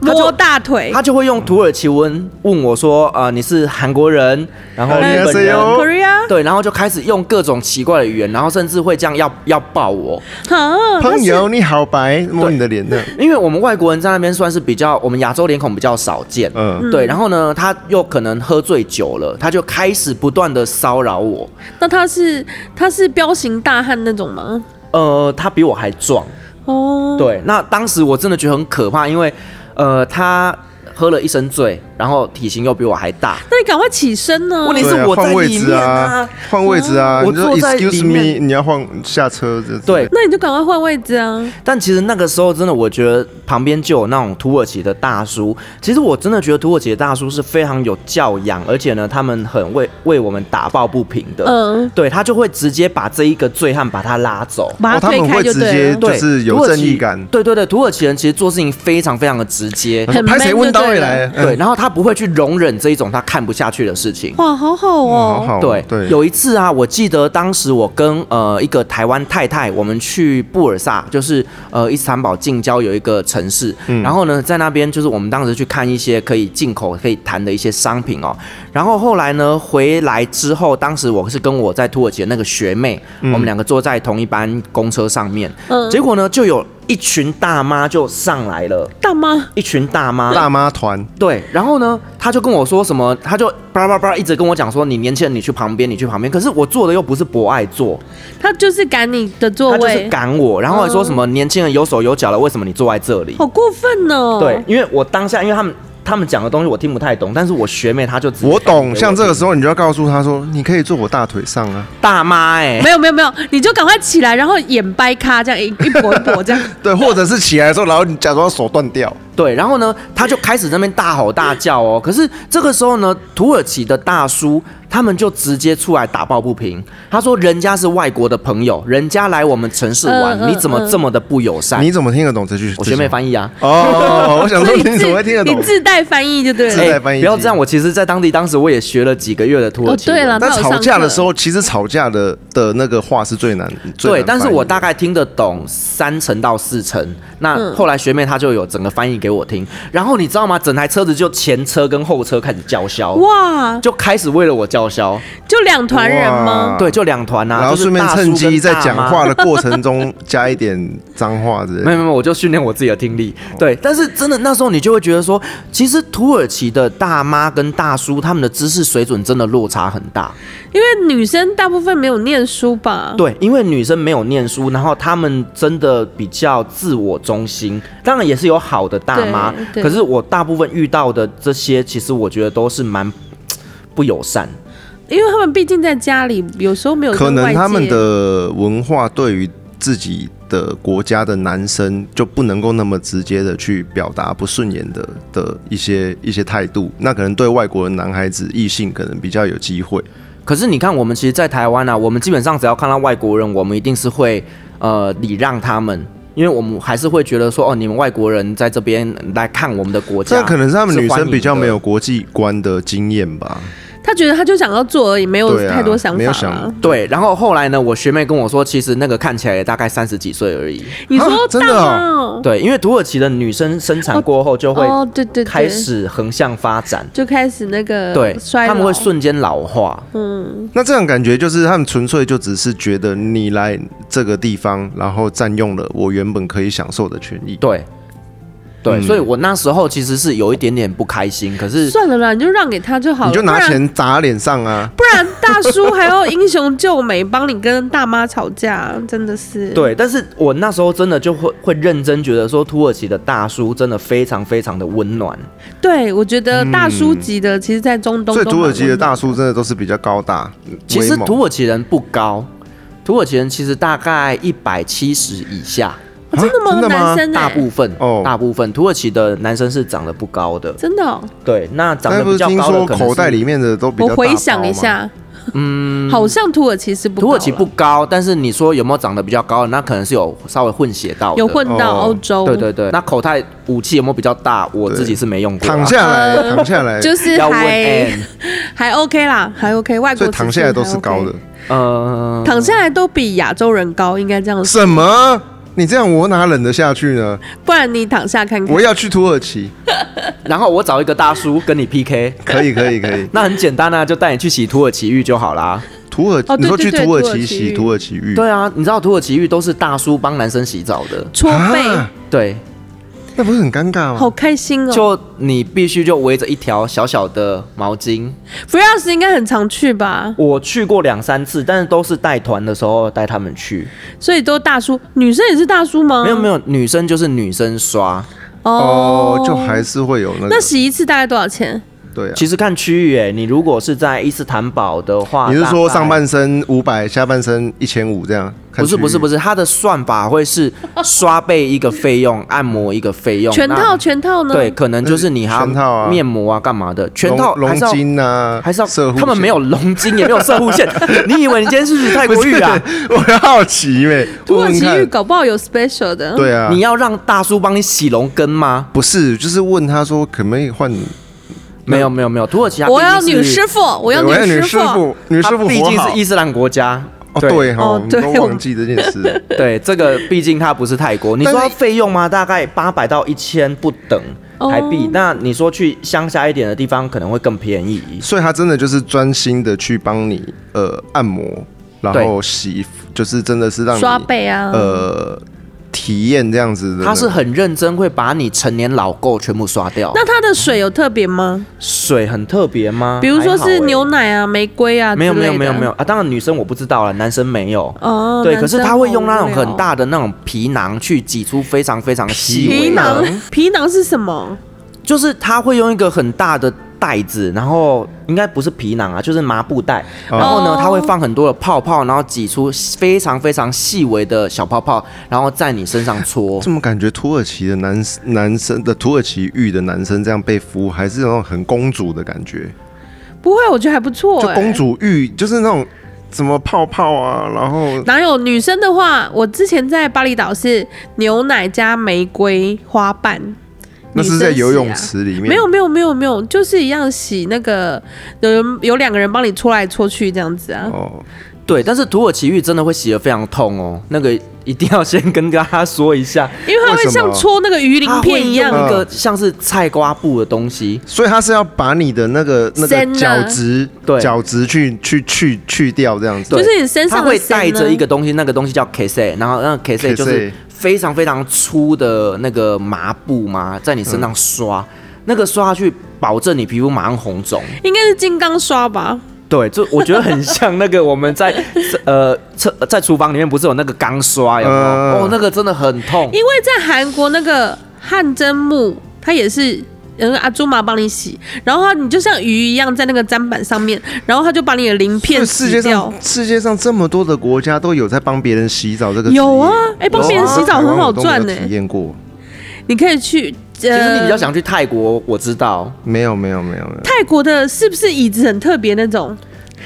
[SPEAKER 2] 他就
[SPEAKER 3] 摸大腿
[SPEAKER 2] 他就会用土耳其文问我说，呃，你是韩国人，然后
[SPEAKER 4] 哎
[SPEAKER 2] 日本人。
[SPEAKER 4] 안녕하세요
[SPEAKER 3] ，Korea，
[SPEAKER 2] 对，然后就开始用各种奇怪的语言，然后甚至会这样要要抱我，
[SPEAKER 3] 哈，
[SPEAKER 4] <laughs> 朋友你好白，摸你的脸啊呢。
[SPEAKER 2] 因为我们外国人在那边算是比较，我们亚洲脸孔比较少见，
[SPEAKER 4] 嗯，
[SPEAKER 2] 对，然后呢，他又可能喝醉酒了，他就开始不断的骚扰我。
[SPEAKER 3] 那他是他是彪形大汉那种吗？
[SPEAKER 2] 呃，他比我还壮，
[SPEAKER 3] 哦，
[SPEAKER 2] 对。那当时我真的觉得很可怕，因为呃，他喝了一身醉，然后体型又比我还大，
[SPEAKER 3] 那你赶快起身呢、
[SPEAKER 2] 问题
[SPEAKER 4] 对
[SPEAKER 2] 是
[SPEAKER 4] 啊
[SPEAKER 2] 我在
[SPEAKER 4] 换位
[SPEAKER 2] 里
[SPEAKER 4] 置
[SPEAKER 2] 面
[SPEAKER 4] 啊
[SPEAKER 2] 啊，，
[SPEAKER 4] 换位置啊，
[SPEAKER 2] 嗯
[SPEAKER 4] 你说
[SPEAKER 2] 我坐在里
[SPEAKER 4] excuse
[SPEAKER 2] 面
[SPEAKER 4] me，你要换下车这
[SPEAKER 2] 对
[SPEAKER 3] 那你就赶快换位置啊！
[SPEAKER 2] 但其实那个时候真的，我觉得旁边就有那种土耳其的大叔。其实我真的觉得土耳其的大叔是非常有教养，而且呢，他们很为为我们打抱不平的。
[SPEAKER 3] 嗯，
[SPEAKER 2] 对他就会直接把这一个醉汉把他拉走。
[SPEAKER 3] 把
[SPEAKER 4] 哦
[SPEAKER 3] 它
[SPEAKER 4] 他
[SPEAKER 3] 推
[SPEAKER 4] 们
[SPEAKER 3] 开
[SPEAKER 4] 会
[SPEAKER 3] 就
[SPEAKER 4] 直
[SPEAKER 3] 对
[SPEAKER 4] 接
[SPEAKER 3] 了。
[SPEAKER 4] 就
[SPEAKER 2] 对，
[SPEAKER 4] 是有
[SPEAKER 2] 土耳
[SPEAKER 4] 正
[SPEAKER 2] 其
[SPEAKER 4] 义感。
[SPEAKER 2] 对对对，土耳其人其实做事情非常非常的直接，
[SPEAKER 3] 很
[SPEAKER 4] 拍谁
[SPEAKER 3] man 就
[SPEAKER 4] 问到
[SPEAKER 3] 对了
[SPEAKER 4] 位来，
[SPEAKER 2] 对，
[SPEAKER 4] 嗯
[SPEAKER 2] 然后他不会去容忍这一种他看不下去的事情。
[SPEAKER 3] 哇，好好哦
[SPEAKER 4] 嗯好，好
[SPEAKER 2] 对，
[SPEAKER 4] 对，
[SPEAKER 2] 有一次啊，我记得当时我跟呃一个台湾太太，我们去布尔萨，就是呃伊斯坦堡近郊有一个城市，然后呢，在那边就是我们当时去看一些可以进口、可以谈的一些商品哦。然后后来呢，回来之后，当时我是跟我在土耳其的那个学妹，我们两个坐在同一班公车上面，
[SPEAKER 3] 嗯
[SPEAKER 2] 结果呢，就有一群大妈就上来了，
[SPEAKER 3] 大妈，
[SPEAKER 2] 一群大妈，
[SPEAKER 4] 大妈团，
[SPEAKER 2] 对，然后呢，他就跟我说什么，他就叭叭叭一直跟我讲说，你年轻人你去旁边，你去旁边。可是我坐的又不是博爱座，
[SPEAKER 3] 她就是赶你的座
[SPEAKER 2] 他就是
[SPEAKER 3] 位，
[SPEAKER 2] 赶我，然后还说什么、年轻人有手有脚了，为什么你坐在这里？
[SPEAKER 3] 好过分哦！
[SPEAKER 2] 对，，因为我当下因为他们他们讲的东西我听不太懂，但是我学妹她就直接
[SPEAKER 4] 我
[SPEAKER 2] 给
[SPEAKER 4] 懂。
[SPEAKER 2] 我
[SPEAKER 4] 像这个时候，你就要告诉他说，你可以坐我大腿上啊。
[SPEAKER 2] 大妈哎、
[SPEAKER 3] 没有没有没有，你就赶快起来，然后眼掰咖这样一一跛一跛这样，
[SPEAKER 4] 对，或者是起来的时候，然后你假装手断掉。
[SPEAKER 2] 对，然后呢，他就开始在那边大吼大叫哦。可是这个时候呢，土耳其的大叔他们就直接出来打抱不平，他说人家是外国的朋友，人家来我们城市玩，
[SPEAKER 3] 嗯嗯
[SPEAKER 2] 你怎么这么的不友善？
[SPEAKER 4] 你怎么听得懂这句？
[SPEAKER 2] 我学妹翻译啊。
[SPEAKER 4] 哦哦，哦我想
[SPEAKER 3] 所
[SPEAKER 4] 说
[SPEAKER 3] 以
[SPEAKER 4] 你怎么会听得懂
[SPEAKER 3] 你？自带翻译就对
[SPEAKER 4] 自带
[SPEAKER 3] 了。
[SPEAKER 4] 在翻
[SPEAKER 2] 哎
[SPEAKER 4] 译
[SPEAKER 2] 不要
[SPEAKER 4] 机
[SPEAKER 2] 这样！我其实，在当地当时我也学了几个月的土耳
[SPEAKER 3] 哦，
[SPEAKER 2] 其文。
[SPEAKER 3] 对了，
[SPEAKER 4] 但
[SPEAKER 3] 她有
[SPEAKER 4] 吵
[SPEAKER 3] 上
[SPEAKER 4] 架的
[SPEAKER 3] 课
[SPEAKER 4] 时，候，其实吵架的的那个话是最难。最
[SPEAKER 2] 对，
[SPEAKER 4] 难
[SPEAKER 2] 但是
[SPEAKER 4] 翻译
[SPEAKER 2] 我
[SPEAKER 4] 的
[SPEAKER 2] 大概听得懂三成到四成。
[SPEAKER 3] 嗯
[SPEAKER 2] 那后来学妹她就有整个翻译给我听，然后你知道吗？整台车子就前车跟后车开始叫嚣，
[SPEAKER 3] 哇，
[SPEAKER 2] 就开始为了我叫嚣。
[SPEAKER 3] 就两团人吗
[SPEAKER 4] 哇？
[SPEAKER 2] 对，就两团啊，
[SPEAKER 4] 然后
[SPEAKER 2] 就是
[SPEAKER 4] 顺便
[SPEAKER 2] 大叔
[SPEAKER 4] 趁机
[SPEAKER 2] 跟
[SPEAKER 4] 在
[SPEAKER 2] 大
[SPEAKER 4] 讲
[SPEAKER 2] 妈 <laughs>
[SPEAKER 4] 话的过程中加一点脏话之类
[SPEAKER 2] 没
[SPEAKER 4] 的。
[SPEAKER 2] 有没有，我就训练我自己的听力。
[SPEAKER 4] 哦
[SPEAKER 2] 对，但是真的那时候你就会觉得说，其实土耳其的大妈跟大叔他们的知识水准真的落差很大。
[SPEAKER 3] 因为女生大部分没有念书吧？
[SPEAKER 2] 对，因为女生没有念书，然后她们真的比较自我中心。当然也是有好的大妈，
[SPEAKER 3] 对对
[SPEAKER 2] 可是我大部分遇到的这些，其实我觉得都是蛮不友善。
[SPEAKER 3] 因为他们毕竟在家里，有时候没有
[SPEAKER 4] 可
[SPEAKER 3] 跟外
[SPEAKER 4] 能
[SPEAKER 3] 界
[SPEAKER 4] 他们的文化对于自己的国家的男生就不能够那么直接的去表达不顺眼的的一些一些态度，那可能对外国的男孩子异性可能比较有机会。
[SPEAKER 2] 可是你看，我们其实，在台湾啊，我们基本上只要看到外国人，我们一定是会呃礼让他们，因为我们还是会觉得说，哦，你们外国人在这边来看我们的国家，
[SPEAKER 4] 这可能是他们
[SPEAKER 2] 啊欢
[SPEAKER 4] 女
[SPEAKER 2] 迎
[SPEAKER 4] 生
[SPEAKER 2] 的
[SPEAKER 4] 比较没有国际观的经验吧。
[SPEAKER 3] 他觉得他就想要做而已，没有
[SPEAKER 4] 对啊
[SPEAKER 3] 太多想
[SPEAKER 4] 没
[SPEAKER 3] 法、
[SPEAKER 4] 有想
[SPEAKER 2] 对。然后后来呢，我学妹跟我说，其实那个看起来也大概三十几岁而已。
[SPEAKER 3] 你
[SPEAKER 4] 啊
[SPEAKER 3] 说
[SPEAKER 4] 真
[SPEAKER 3] 大
[SPEAKER 4] 的哦
[SPEAKER 3] 妈哦，
[SPEAKER 2] 对，因为土耳其的女生生产过后就会
[SPEAKER 3] 哦，对对对，
[SPEAKER 2] 开始横向发展，
[SPEAKER 3] 就开始那个
[SPEAKER 2] 对，
[SPEAKER 3] 衰
[SPEAKER 2] 他们会
[SPEAKER 3] 老嗯
[SPEAKER 2] 瞬间老化。
[SPEAKER 4] 那这样感觉就是他们纯粹就只是觉得你来这个地方，然后占用了我原本可以享受的权益。
[SPEAKER 2] 对，对，
[SPEAKER 4] 嗯
[SPEAKER 2] 所以我那时候其实是有一点点不开心，可是
[SPEAKER 3] 算了啦，你就让给他就好了，
[SPEAKER 4] 你就拿
[SPEAKER 3] 不然
[SPEAKER 4] 钱砸脸上啊！
[SPEAKER 3] 不然大叔还要英雄救美，帮你跟大妈吵架，真的是。
[SPEAKER 2] 对，但是我那时候真的就会会认真觉得说，土耳其的大叔真的非常非常的温暖。
[SPEAKER 3] 对，我觉得大叔级的，其实，在中东
[SPEAKER 4] 所以
[SPEAKER 3] 都
[SPEAKER 4] 土耳
[SPEAKER 3] 蛮
[SPEAKER 4] 其的
[SPEAKER 3] 温
[SPEAKER 4] 大
[SPEAKER 3] 暖
[SPEAKER 4] 叔真的都是比较高大，
[SPEAKER 2] 其
[SPEAKER 4] 威
[SPEAKER 2] 实
[SPEAKER 4] 猛啊
[SPEAKER 2] 土耳其人不高，土耳其人其实大概一百七十以下，
[SPEAKER 3] 哦真的
[SPEAKER 4] 啊
[SPEAKER 3] 吗？
[SPEAKER 4] 真的吗
[SPEAKER 3] 男生、欸、
[SPEAKER 2] 大部分
[SPEAKER 4] 哦
[SPEAKER 2] 大部分土耳其的男生是长得不高的。
[SPEAKER 3] 真的哦、
[SPEAKER 2] 对，那长
[SPEAKER 4] 但
[SPEAKER 2] 得
[SPEAKER 4] 不
[SPEAKER 2] 比
[SPEAKER 4] 是
[SPEAKER 2] 较
[SPEAKER 4] 听
[SPEAKER 2] 高
[SPEAKER 4] 说
[SPEAKER 2] 的可能是
[SPEAKER 4] 口袋里面的都比较
[SPEAKER 3] 我
[SPEAKER 4] 大
[SPEAKER 3] 回想
[SPEAKER 4] 包
[SPEAKER 3] 一
[SPEAKER 4] 吗，
[SPEAKER 3] 下，嗯，好像土耳其是不
[SPEAKER 2] 土耳其
[SPEAKER 3] 高
[SPEAKER 2] 不
[SPEAKER 3] 了
[SPEAKER 2] 高，但是你说有没有长得比较高的？那可能是有稍微混血到的，
[SPEAKER 3] 有混到
[SPEAKER 4] 哦
[SPEAKER 3] 欧洲，
[SPEAKER 2] 对对对，那口袋武器有没有比较大？我自己是没用过啊、
[SPEAKER 4] 躺下来，躺下来，
[SPEAKER 3] 呃就是
[SPEAKER 2] 要问
[SPEAKER 3] 还
[SPEAKER 2] Ann，
[SPEAKER 3] 还 OK 啦，还 OK，外
[SPEAKER 4] 所
[SPEAKER 3] 国
[SPEAKER 4] 以躺下来都是高的
[SPEAKER 3] 尺寸还。
[SPEAKER 2] 呃
[SPEAKER 3] OK，，躺下来都比亚洲人高，应该这样说，
[SPEAKER 4] 什么？你这样我哪忍得下去呢？
[SPEAKER 3] 不然你躺下看看
[SPEAKER 4] 我。要去土耳其，
[SPEAKER 2] 然后我找一个大叔跟你 PK，
[SPEAKER 4] 可以可以可以。
[SPEAKER 3] <laughs>
[SPEAKER 2] 那很简单啊，就带你去洗土耳其浴就好啦。
[SPEAKER 4] 土耳
[SPEAKER 3] 哦，对
[SPEAKER 4] 你说去
[SPEAKER 3] 对对
[SPEAKER 4] 土耳
[SPEAKER 3] 土耳
[SPEAKER 4] 其
[SPEAKER 3] 其
[SPEAKER 4] 洗
[SPEAKER 3] 浴
[SPEAKER 4] 土耳其浴，
[SPEAKER 2] 对啊，你知道土耳其浴都是大叔帮男生洗澡的，
[SPEAKER 3] 搓背，
[SPEAKER 4] 啊
[SPEAKER 2] 对，
[SPEAKER 4] 那不是很尴尬吗？
[SPEAKER 3] 好开心哦！
[SPEAKER 2] 就你必须就围着一条小小的毛巾。
[SPEAKER 3] f r e e s 应该很常去吧，
[SPEAKER 2] 我去过两三次，但是都是带团的时候带他们去，
[SPEAKER 3] 所以都大叔，女生也是大叔吗？
[SPEAKER 2] 没有没有，女生就是女生刷，
[SPEAKER 3] 哦
[SPEAKER 4] 哦，就还是会有那个
[SPEAKER 3] 那。洗一次大概多少钱？
[SPEAKER 4] 对啊。
[SPEAKER 2] 其实看区域、哎，你如果是在伊斯坦堡的话，
[SPEAKER 4] 你是说
[SPEAKER 2] 大概
[SPEAKER 4] 上半身五百，下半身一千五这样？
[SPEAKER 2] 不是不是不
[SPEAKER 4] 是，
[SPEAKER 2] 是，它的算法会是刷背一个费用，按摩一个费用，
[SPEAKER 3] 全套
[SPEAKER 2] 那
[SPEAKER 3] 全套呢？
[SPEAKER 2] 对，，可能就是你还要
[SPEAKER 4] 全套啊
[SPEAKER 2] 面膜啊干嘛的，全
[SPEAKER 4] 龙
[SPEAKER 2] 套还
[SPEAKER 4] 龙
[SPEAKER 2] 是要
[SPEAKER 4] 筋啊，
[SPEAKER 2] 还是要
[SPEAKER 4] 射护
[SPEAKER 2] 他们没有龙筋也没有射护
[SPEAKER 4] <laughs>
[SPEAKER 2] 线，你以为你今天是不是泰
[SPEAKER 4] 不
[SPEAKER 2] 国
[SPEAKER 4] 是 <laughs>
[SPEAKER 2] 浴啊？？
[SPEAKER 4] 我好奇呗，
[SPEAKER 3] 土耳其
[SPEAKER 4] 问
[SPEAKER 3] 浴
[SPEAKER 4] 问看
[SPEAKER 3] 搞不好有 special 的。
[SPEAKER 4] 对啊，
[SPEAKER 2] 你要让大叔帮你洗龙根吗？
[SPEAKER 4] 不是就是问他说可不可以换？
[SPEAKER 2] 没有没有没有，土耳其它
[SPEAKER 3] 我要
[SPEAKER 2] 毕竟
[SPEAKER 3] 女
[SPEAKER 2] 是
[SPEAKER 3] 师傅，我要
[SPEAKER 4] 我要
[SPEAKER 3] 师
[SPEAKER 4] 师傅，女师
[SPEAKER 2] 它
[SPEAKER 4] 傅
[SPEAKER 2] 毕
[SPEAKER 4] 活
[SPEAKER 2] 竟
[SPEAKER 4] 好
[SPEAKER 2] 是伊斯兰国家
[SPEAKER 4] 哦，对哈，
[SPEAKER 3] 哦
[SPEAKER 4] 我
[SPEAKER 3] 对
[SPEAKER 4] 都忘记这件
[SPEAKER 2] <laughs>
[SPEAKER 4] 事。
[SPEAKER 3] <laughs>
[SPEAKER 2] 对，这个毕竟它不是泰国。你说
[SPEAKER 4] 但
[SPEAKER 2] 它
[SPEAKER 4] 是
[SPEAKER 2] 费用吗？大概八百到一千不等
[SPEAKER 3] 哦
[SPEAKER 2] 台币。那你说去乡下一点的地方可能会更便宜。
[SPEAKER 4] 所以他真的就是专心的去帮你呃按摩，然
[SPEAKER 2] 对
[SPEAKER 4] 后洗，就是真的是让你
[SPEAKER 3] 刷背啊，
[SPEAKER 4] 呃体验这样子的。
[SPEAKER 2] 他是很认真，会把你成年老垢全部刷掉。
[SPEAKER 3] 那它的水有特别吗？
[SPEAKER 2] 水很特别吗？
[SPEAKER 3] 比如说
[SPEAKER 2] 嗯还好欸
[SPEAKER 3] 是牛奶啊、玫瑰啊之
[SPEAKER 2] 没
[SPEAKER 3] 类
[SPEAKER 2] 有
[SPEAKER 3] 的，
[SPEAKER 2] 没有没有没有啊！当然女生我不知道了，男生没有。
[SPEAKER 3] 哦。
[SPEAKER 2] 对，
[SPEAKER 3] 男
[SPEAKER 2] 可是
[SPEAKER 3] 生
[SPEAKER 2] 他
[SPEAKER 3] 好
[SPEAKER 2] 会用那
[SPEAKER 3] 无
[SPEAKER 2] 种
[SPEAKER 3] 聊
[SPEAKER 2] 很大的那种皮囊去挤出非常非常细微的
[SPEAKER 3] 皮囊，皮囊是什么？
[SPEAKER 2] 就是他会用一个很大的袋子，然后应该不是皮囊啊，就是麻布袋。然后呢
[SPEAKER 3] 哦，
[SPEAKER 2] 他会放很多的泡泡，然后挤出非常非常细微的小泡泡，然后在你身上
[SPEAKER 4] <laughs>
[SPEAKER 2] 搓。
[SPEAKER 4] 怎么感觉土耳其的男男生的土耳其浴的男生这样被服务，还是有那种很公主的感觉？
[SPEAKER 3] 不会，我觉得还不错、
[SPEAKER 4] 就
[SPEAKER 3] 欸。
[SPEAKER 4] 公主浴，就是那种什么泡泡啊，然后
[SPEAKER 3] 哪有女生的话，我之前在巴厘岛是牛奶加玫瑰花瓣。
[SPEAKER 4] 那是
[SPEAKER 3] 女生
[SPEAKER 4] 在
[SPEAKER 3] 洗
[SPEAKER 4] 游泳
[SPEAKER 3] 啊
[SPEAKER 4] 池里面，
[SPEAKER 3] 没有没有没有没有，就是一样洗那个，有人有两个人帮你搓来搓去这样子啊。
[SPEAKER 4] 哦，
[SPEAKER 2] 对，但是土耳其浴真的会洗得非常痛哦，那个一定要先跟大家说一下，
[SPEAKER 3] 因为它会
[SPEAKER 4] 为什
[SPEAKER 3] 像
[SPEAKER 4] 么
[SPEAKER 3] 搓那个鱼鳞
[SPEAKER 2] 它会
[SPEAKER 3] 片一样，
[SPEAKER 2] 用一个像是菜瓜布的东西。
[SPEAKER 4] 所以他是要把你的那个那个
[SPEAKER 3] 身啊
[SPEAKER 4] 角质
[SPEAKER 2] 对
[SPEAKER 4] 角质去去去去掉这样子，
[SPEAKER 3] 就
[SPEAKER 2] 对
[SPEAKER 3] 是你身
[SPEAKER 2] 它
[SPEAKER 3] 上
[SPEAKER 2] 会
[SPEAKER 3] 的
[SPEAKER 2] 带
[SPEAKER 3] 身呢
[SPEAKER 2] 着一个东西，那个东西叫 k s e 然后那个 k s e 就是非常非常粗的那个麻布嘛，在你身上刷，那个刷下去，保证你皮肤马上红肿。
[SPEAKER 3] 应该是金刚刷吧？
[SPEAKER 2] 对，就我觉得很像那个我们在 <laughs> 呃厕在厨房里面不是有那个钢刷有没有？
[SPEAKER 4] 嗯
[SPEAKER 2] 哦，那个真的很痛。
[SPEAKER 3] 因为在韩国那个汗蒸木，它也是。嗯，阿朱玛帮你洗，然后它你就像鱼一样在那个砧板上面，然后它就把你的鳞片
[SPEAKER 4] 就世
[SPEAKER 3] 洗
[SPEAKER 4] 界
[SPEAKER 3] 掉
[SPEAKER 4] 上。世界上这么多的国家都有在帮别人洗澡这个职业哦
[SPEAKER 3] 有啊，，哎、帮别人洗澡很
[SPEAKER 4] 台湾
[SPEAKER 3] 好
[SPEAKER 4] 我都没有
[SPEAKER 3] 赚欸呢、
[SPEAKER 4] 体验过
[SPEAKER 3] 你可以去，
[SPEAKER 2] 其实你比较
[SPEAKER 3] 呃，
[SPEAKER 2] 想去泰国，我知道
[SPEAKER 4] 没有没有没
[SPEAKER 2] <laughs>
[SPEAKER 4] 有没有。
[SPEAKER 3] 泰国的是不是椅子很特别那
[SPEAKER 4] 嗯
[SPEAKER 3] 种？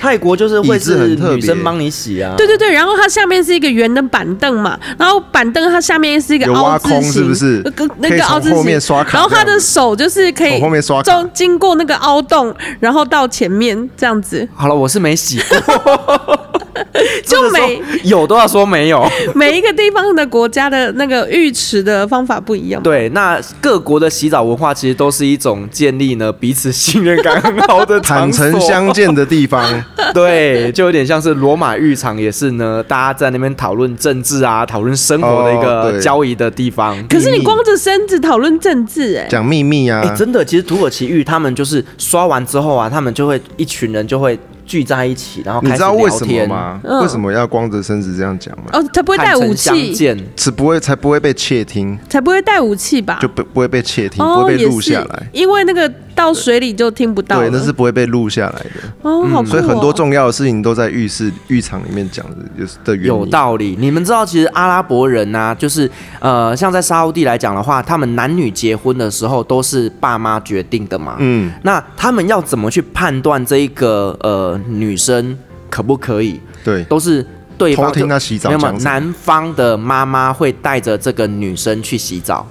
[SPEAKER 2] 泰国就是会
[SPEAKER 4] 椅子
[SPEAKER 2] 是
[SPEAKER 4] 很特别
[SPEAKER 2] 女生帮你洗啊。
[SPEAKER 3] 对对对，然后它下面是一个圆的板凳嘛，然后板凳它下面是一个
[SPEAKER 4] 有
[SPEAKER 3] 凹
[SPEAKER 4] 挖
[SPEAKER 3] 字
[SPEAKER 4] 空
[SPEAKER 3] 形，
[SPEAKER 4] 是不是
[SPEAKER 3] 那个那
[SPEAKER 4] 可以
[SPEAKER 3] 个
[SPEAKER 4] 从
[SPEAKER 3] 凹字形，
[SPEAKER 4] 后面刷卡
[SPEAKER 3] 然后他
[SPEAKER 4] 这
[SPEAKER 3] 的
[SPEAKER 4] 样子
[SPEAKER 3] 手就是可以
[SPEAKER 4] 从后面刷卡
[SPEAKER 3] 中经过那个凹洞，然后到前面这样
[SPEAKER 4] <laughs>
[SPEAKER 3] 子，
[SPEAKER 2] 好了，我是没洗过，
[SPEAKER 3] <laughs> 就没
[SPEAKER 2] 每有都要说没有。
[SPEAKER 3] 每一个地方的国家的那个浴池的方法不一样。
[SPEAKER 2] 对，那各国的洗澡文化其实都是一种建立呢彼此信任感很好
[SPEAKER 4] <laughs>
[SPEAKER 2] 的
[SPEAKER 4] 坦诚
[SPEAKER 2] 场所
[SPEAKER 4] 相见的地方，
[SPEAKER 2] <laughs> 对，就有点像是罗马浴场，也是呢，大家在那边讨论政治啊，讨论生活的一
[SPEAKER 4] 哦
[SPEAKER 2] 个
[SPEAKER 4] 对啊
[SPEAKER 2] 交易的地方。
[SPEAKER 3] 可是你光着身子讨论政治、哎，
[SPEAKER 4] 讲秘密啊
[SPEAKER 2] 哎、，真的，其实土耳其浴他们就是刷完之后啊，他们就会一群人就会聚在一起，然后
[SPEAKER 4] 你
[SPEAKER 2] 开始
[SPEAKER 4] 知道为
[SPEAKER 2] 聊
[SPEAKER 4] 什么
[SPEAKER 2] 天，
[SPEAKER 4] 吗？
[SPEAKER 3] 嗯
[SPEAKER 4] 为什么要光着身子这样讲吗？
[SPEAKER 3] 哦，他不会带
[SPEAKER 2] 坦
[SPEAKER 3] 武
[SPEAKER 2] 诚相
[SPEAKER 3] 器，
[SPEAKER 2] 见。
[SPEAKER 4] 是不会才不会被窃听，
[SPEAKER 3] 才不会带武器吧
[SPEAKER 4] 就？不不会被窃听，不
[SPEAKER 3] 哦，
[SPEAKER 4] 会被
[SPEAKER 3] 也
[SPEAKER 4] 录
[SPEAKER 3] 是
[SPEAKER 4] 下来。
[SPEAKER 3] 因为那个到水里就听不到了。
[SPEAKER 4] 对，那是不会被录下来的，
[SPEAKER 3] 哦，好酷、哦
[SPEAKER 4] 嗯所以很多重要的事情都在浴室、浴场里面讲的，就是的原因。
[SPEAKER 2] 有道理，你们知道，其实阿拉伯人呐、就是呃，像在沙烏地来讲的话，他们男女结婚的时候都是爸妈决定的嘛。
[SPEAKER 4] 嗯，
[SPEAKER 2] 那他们要怎么去判断这一个呃女生可不可以，
[SPEAKER 4] 对，
[SPEAKER 2] 都是对方
[SPEAKER 4] 嗯偷听她洗澡
[SPEAKER 2] 没有没有
[SPEAKER 4] 讲什么
[SPEAKER 2] 男方的妈妈会带着这个女生去洗澡，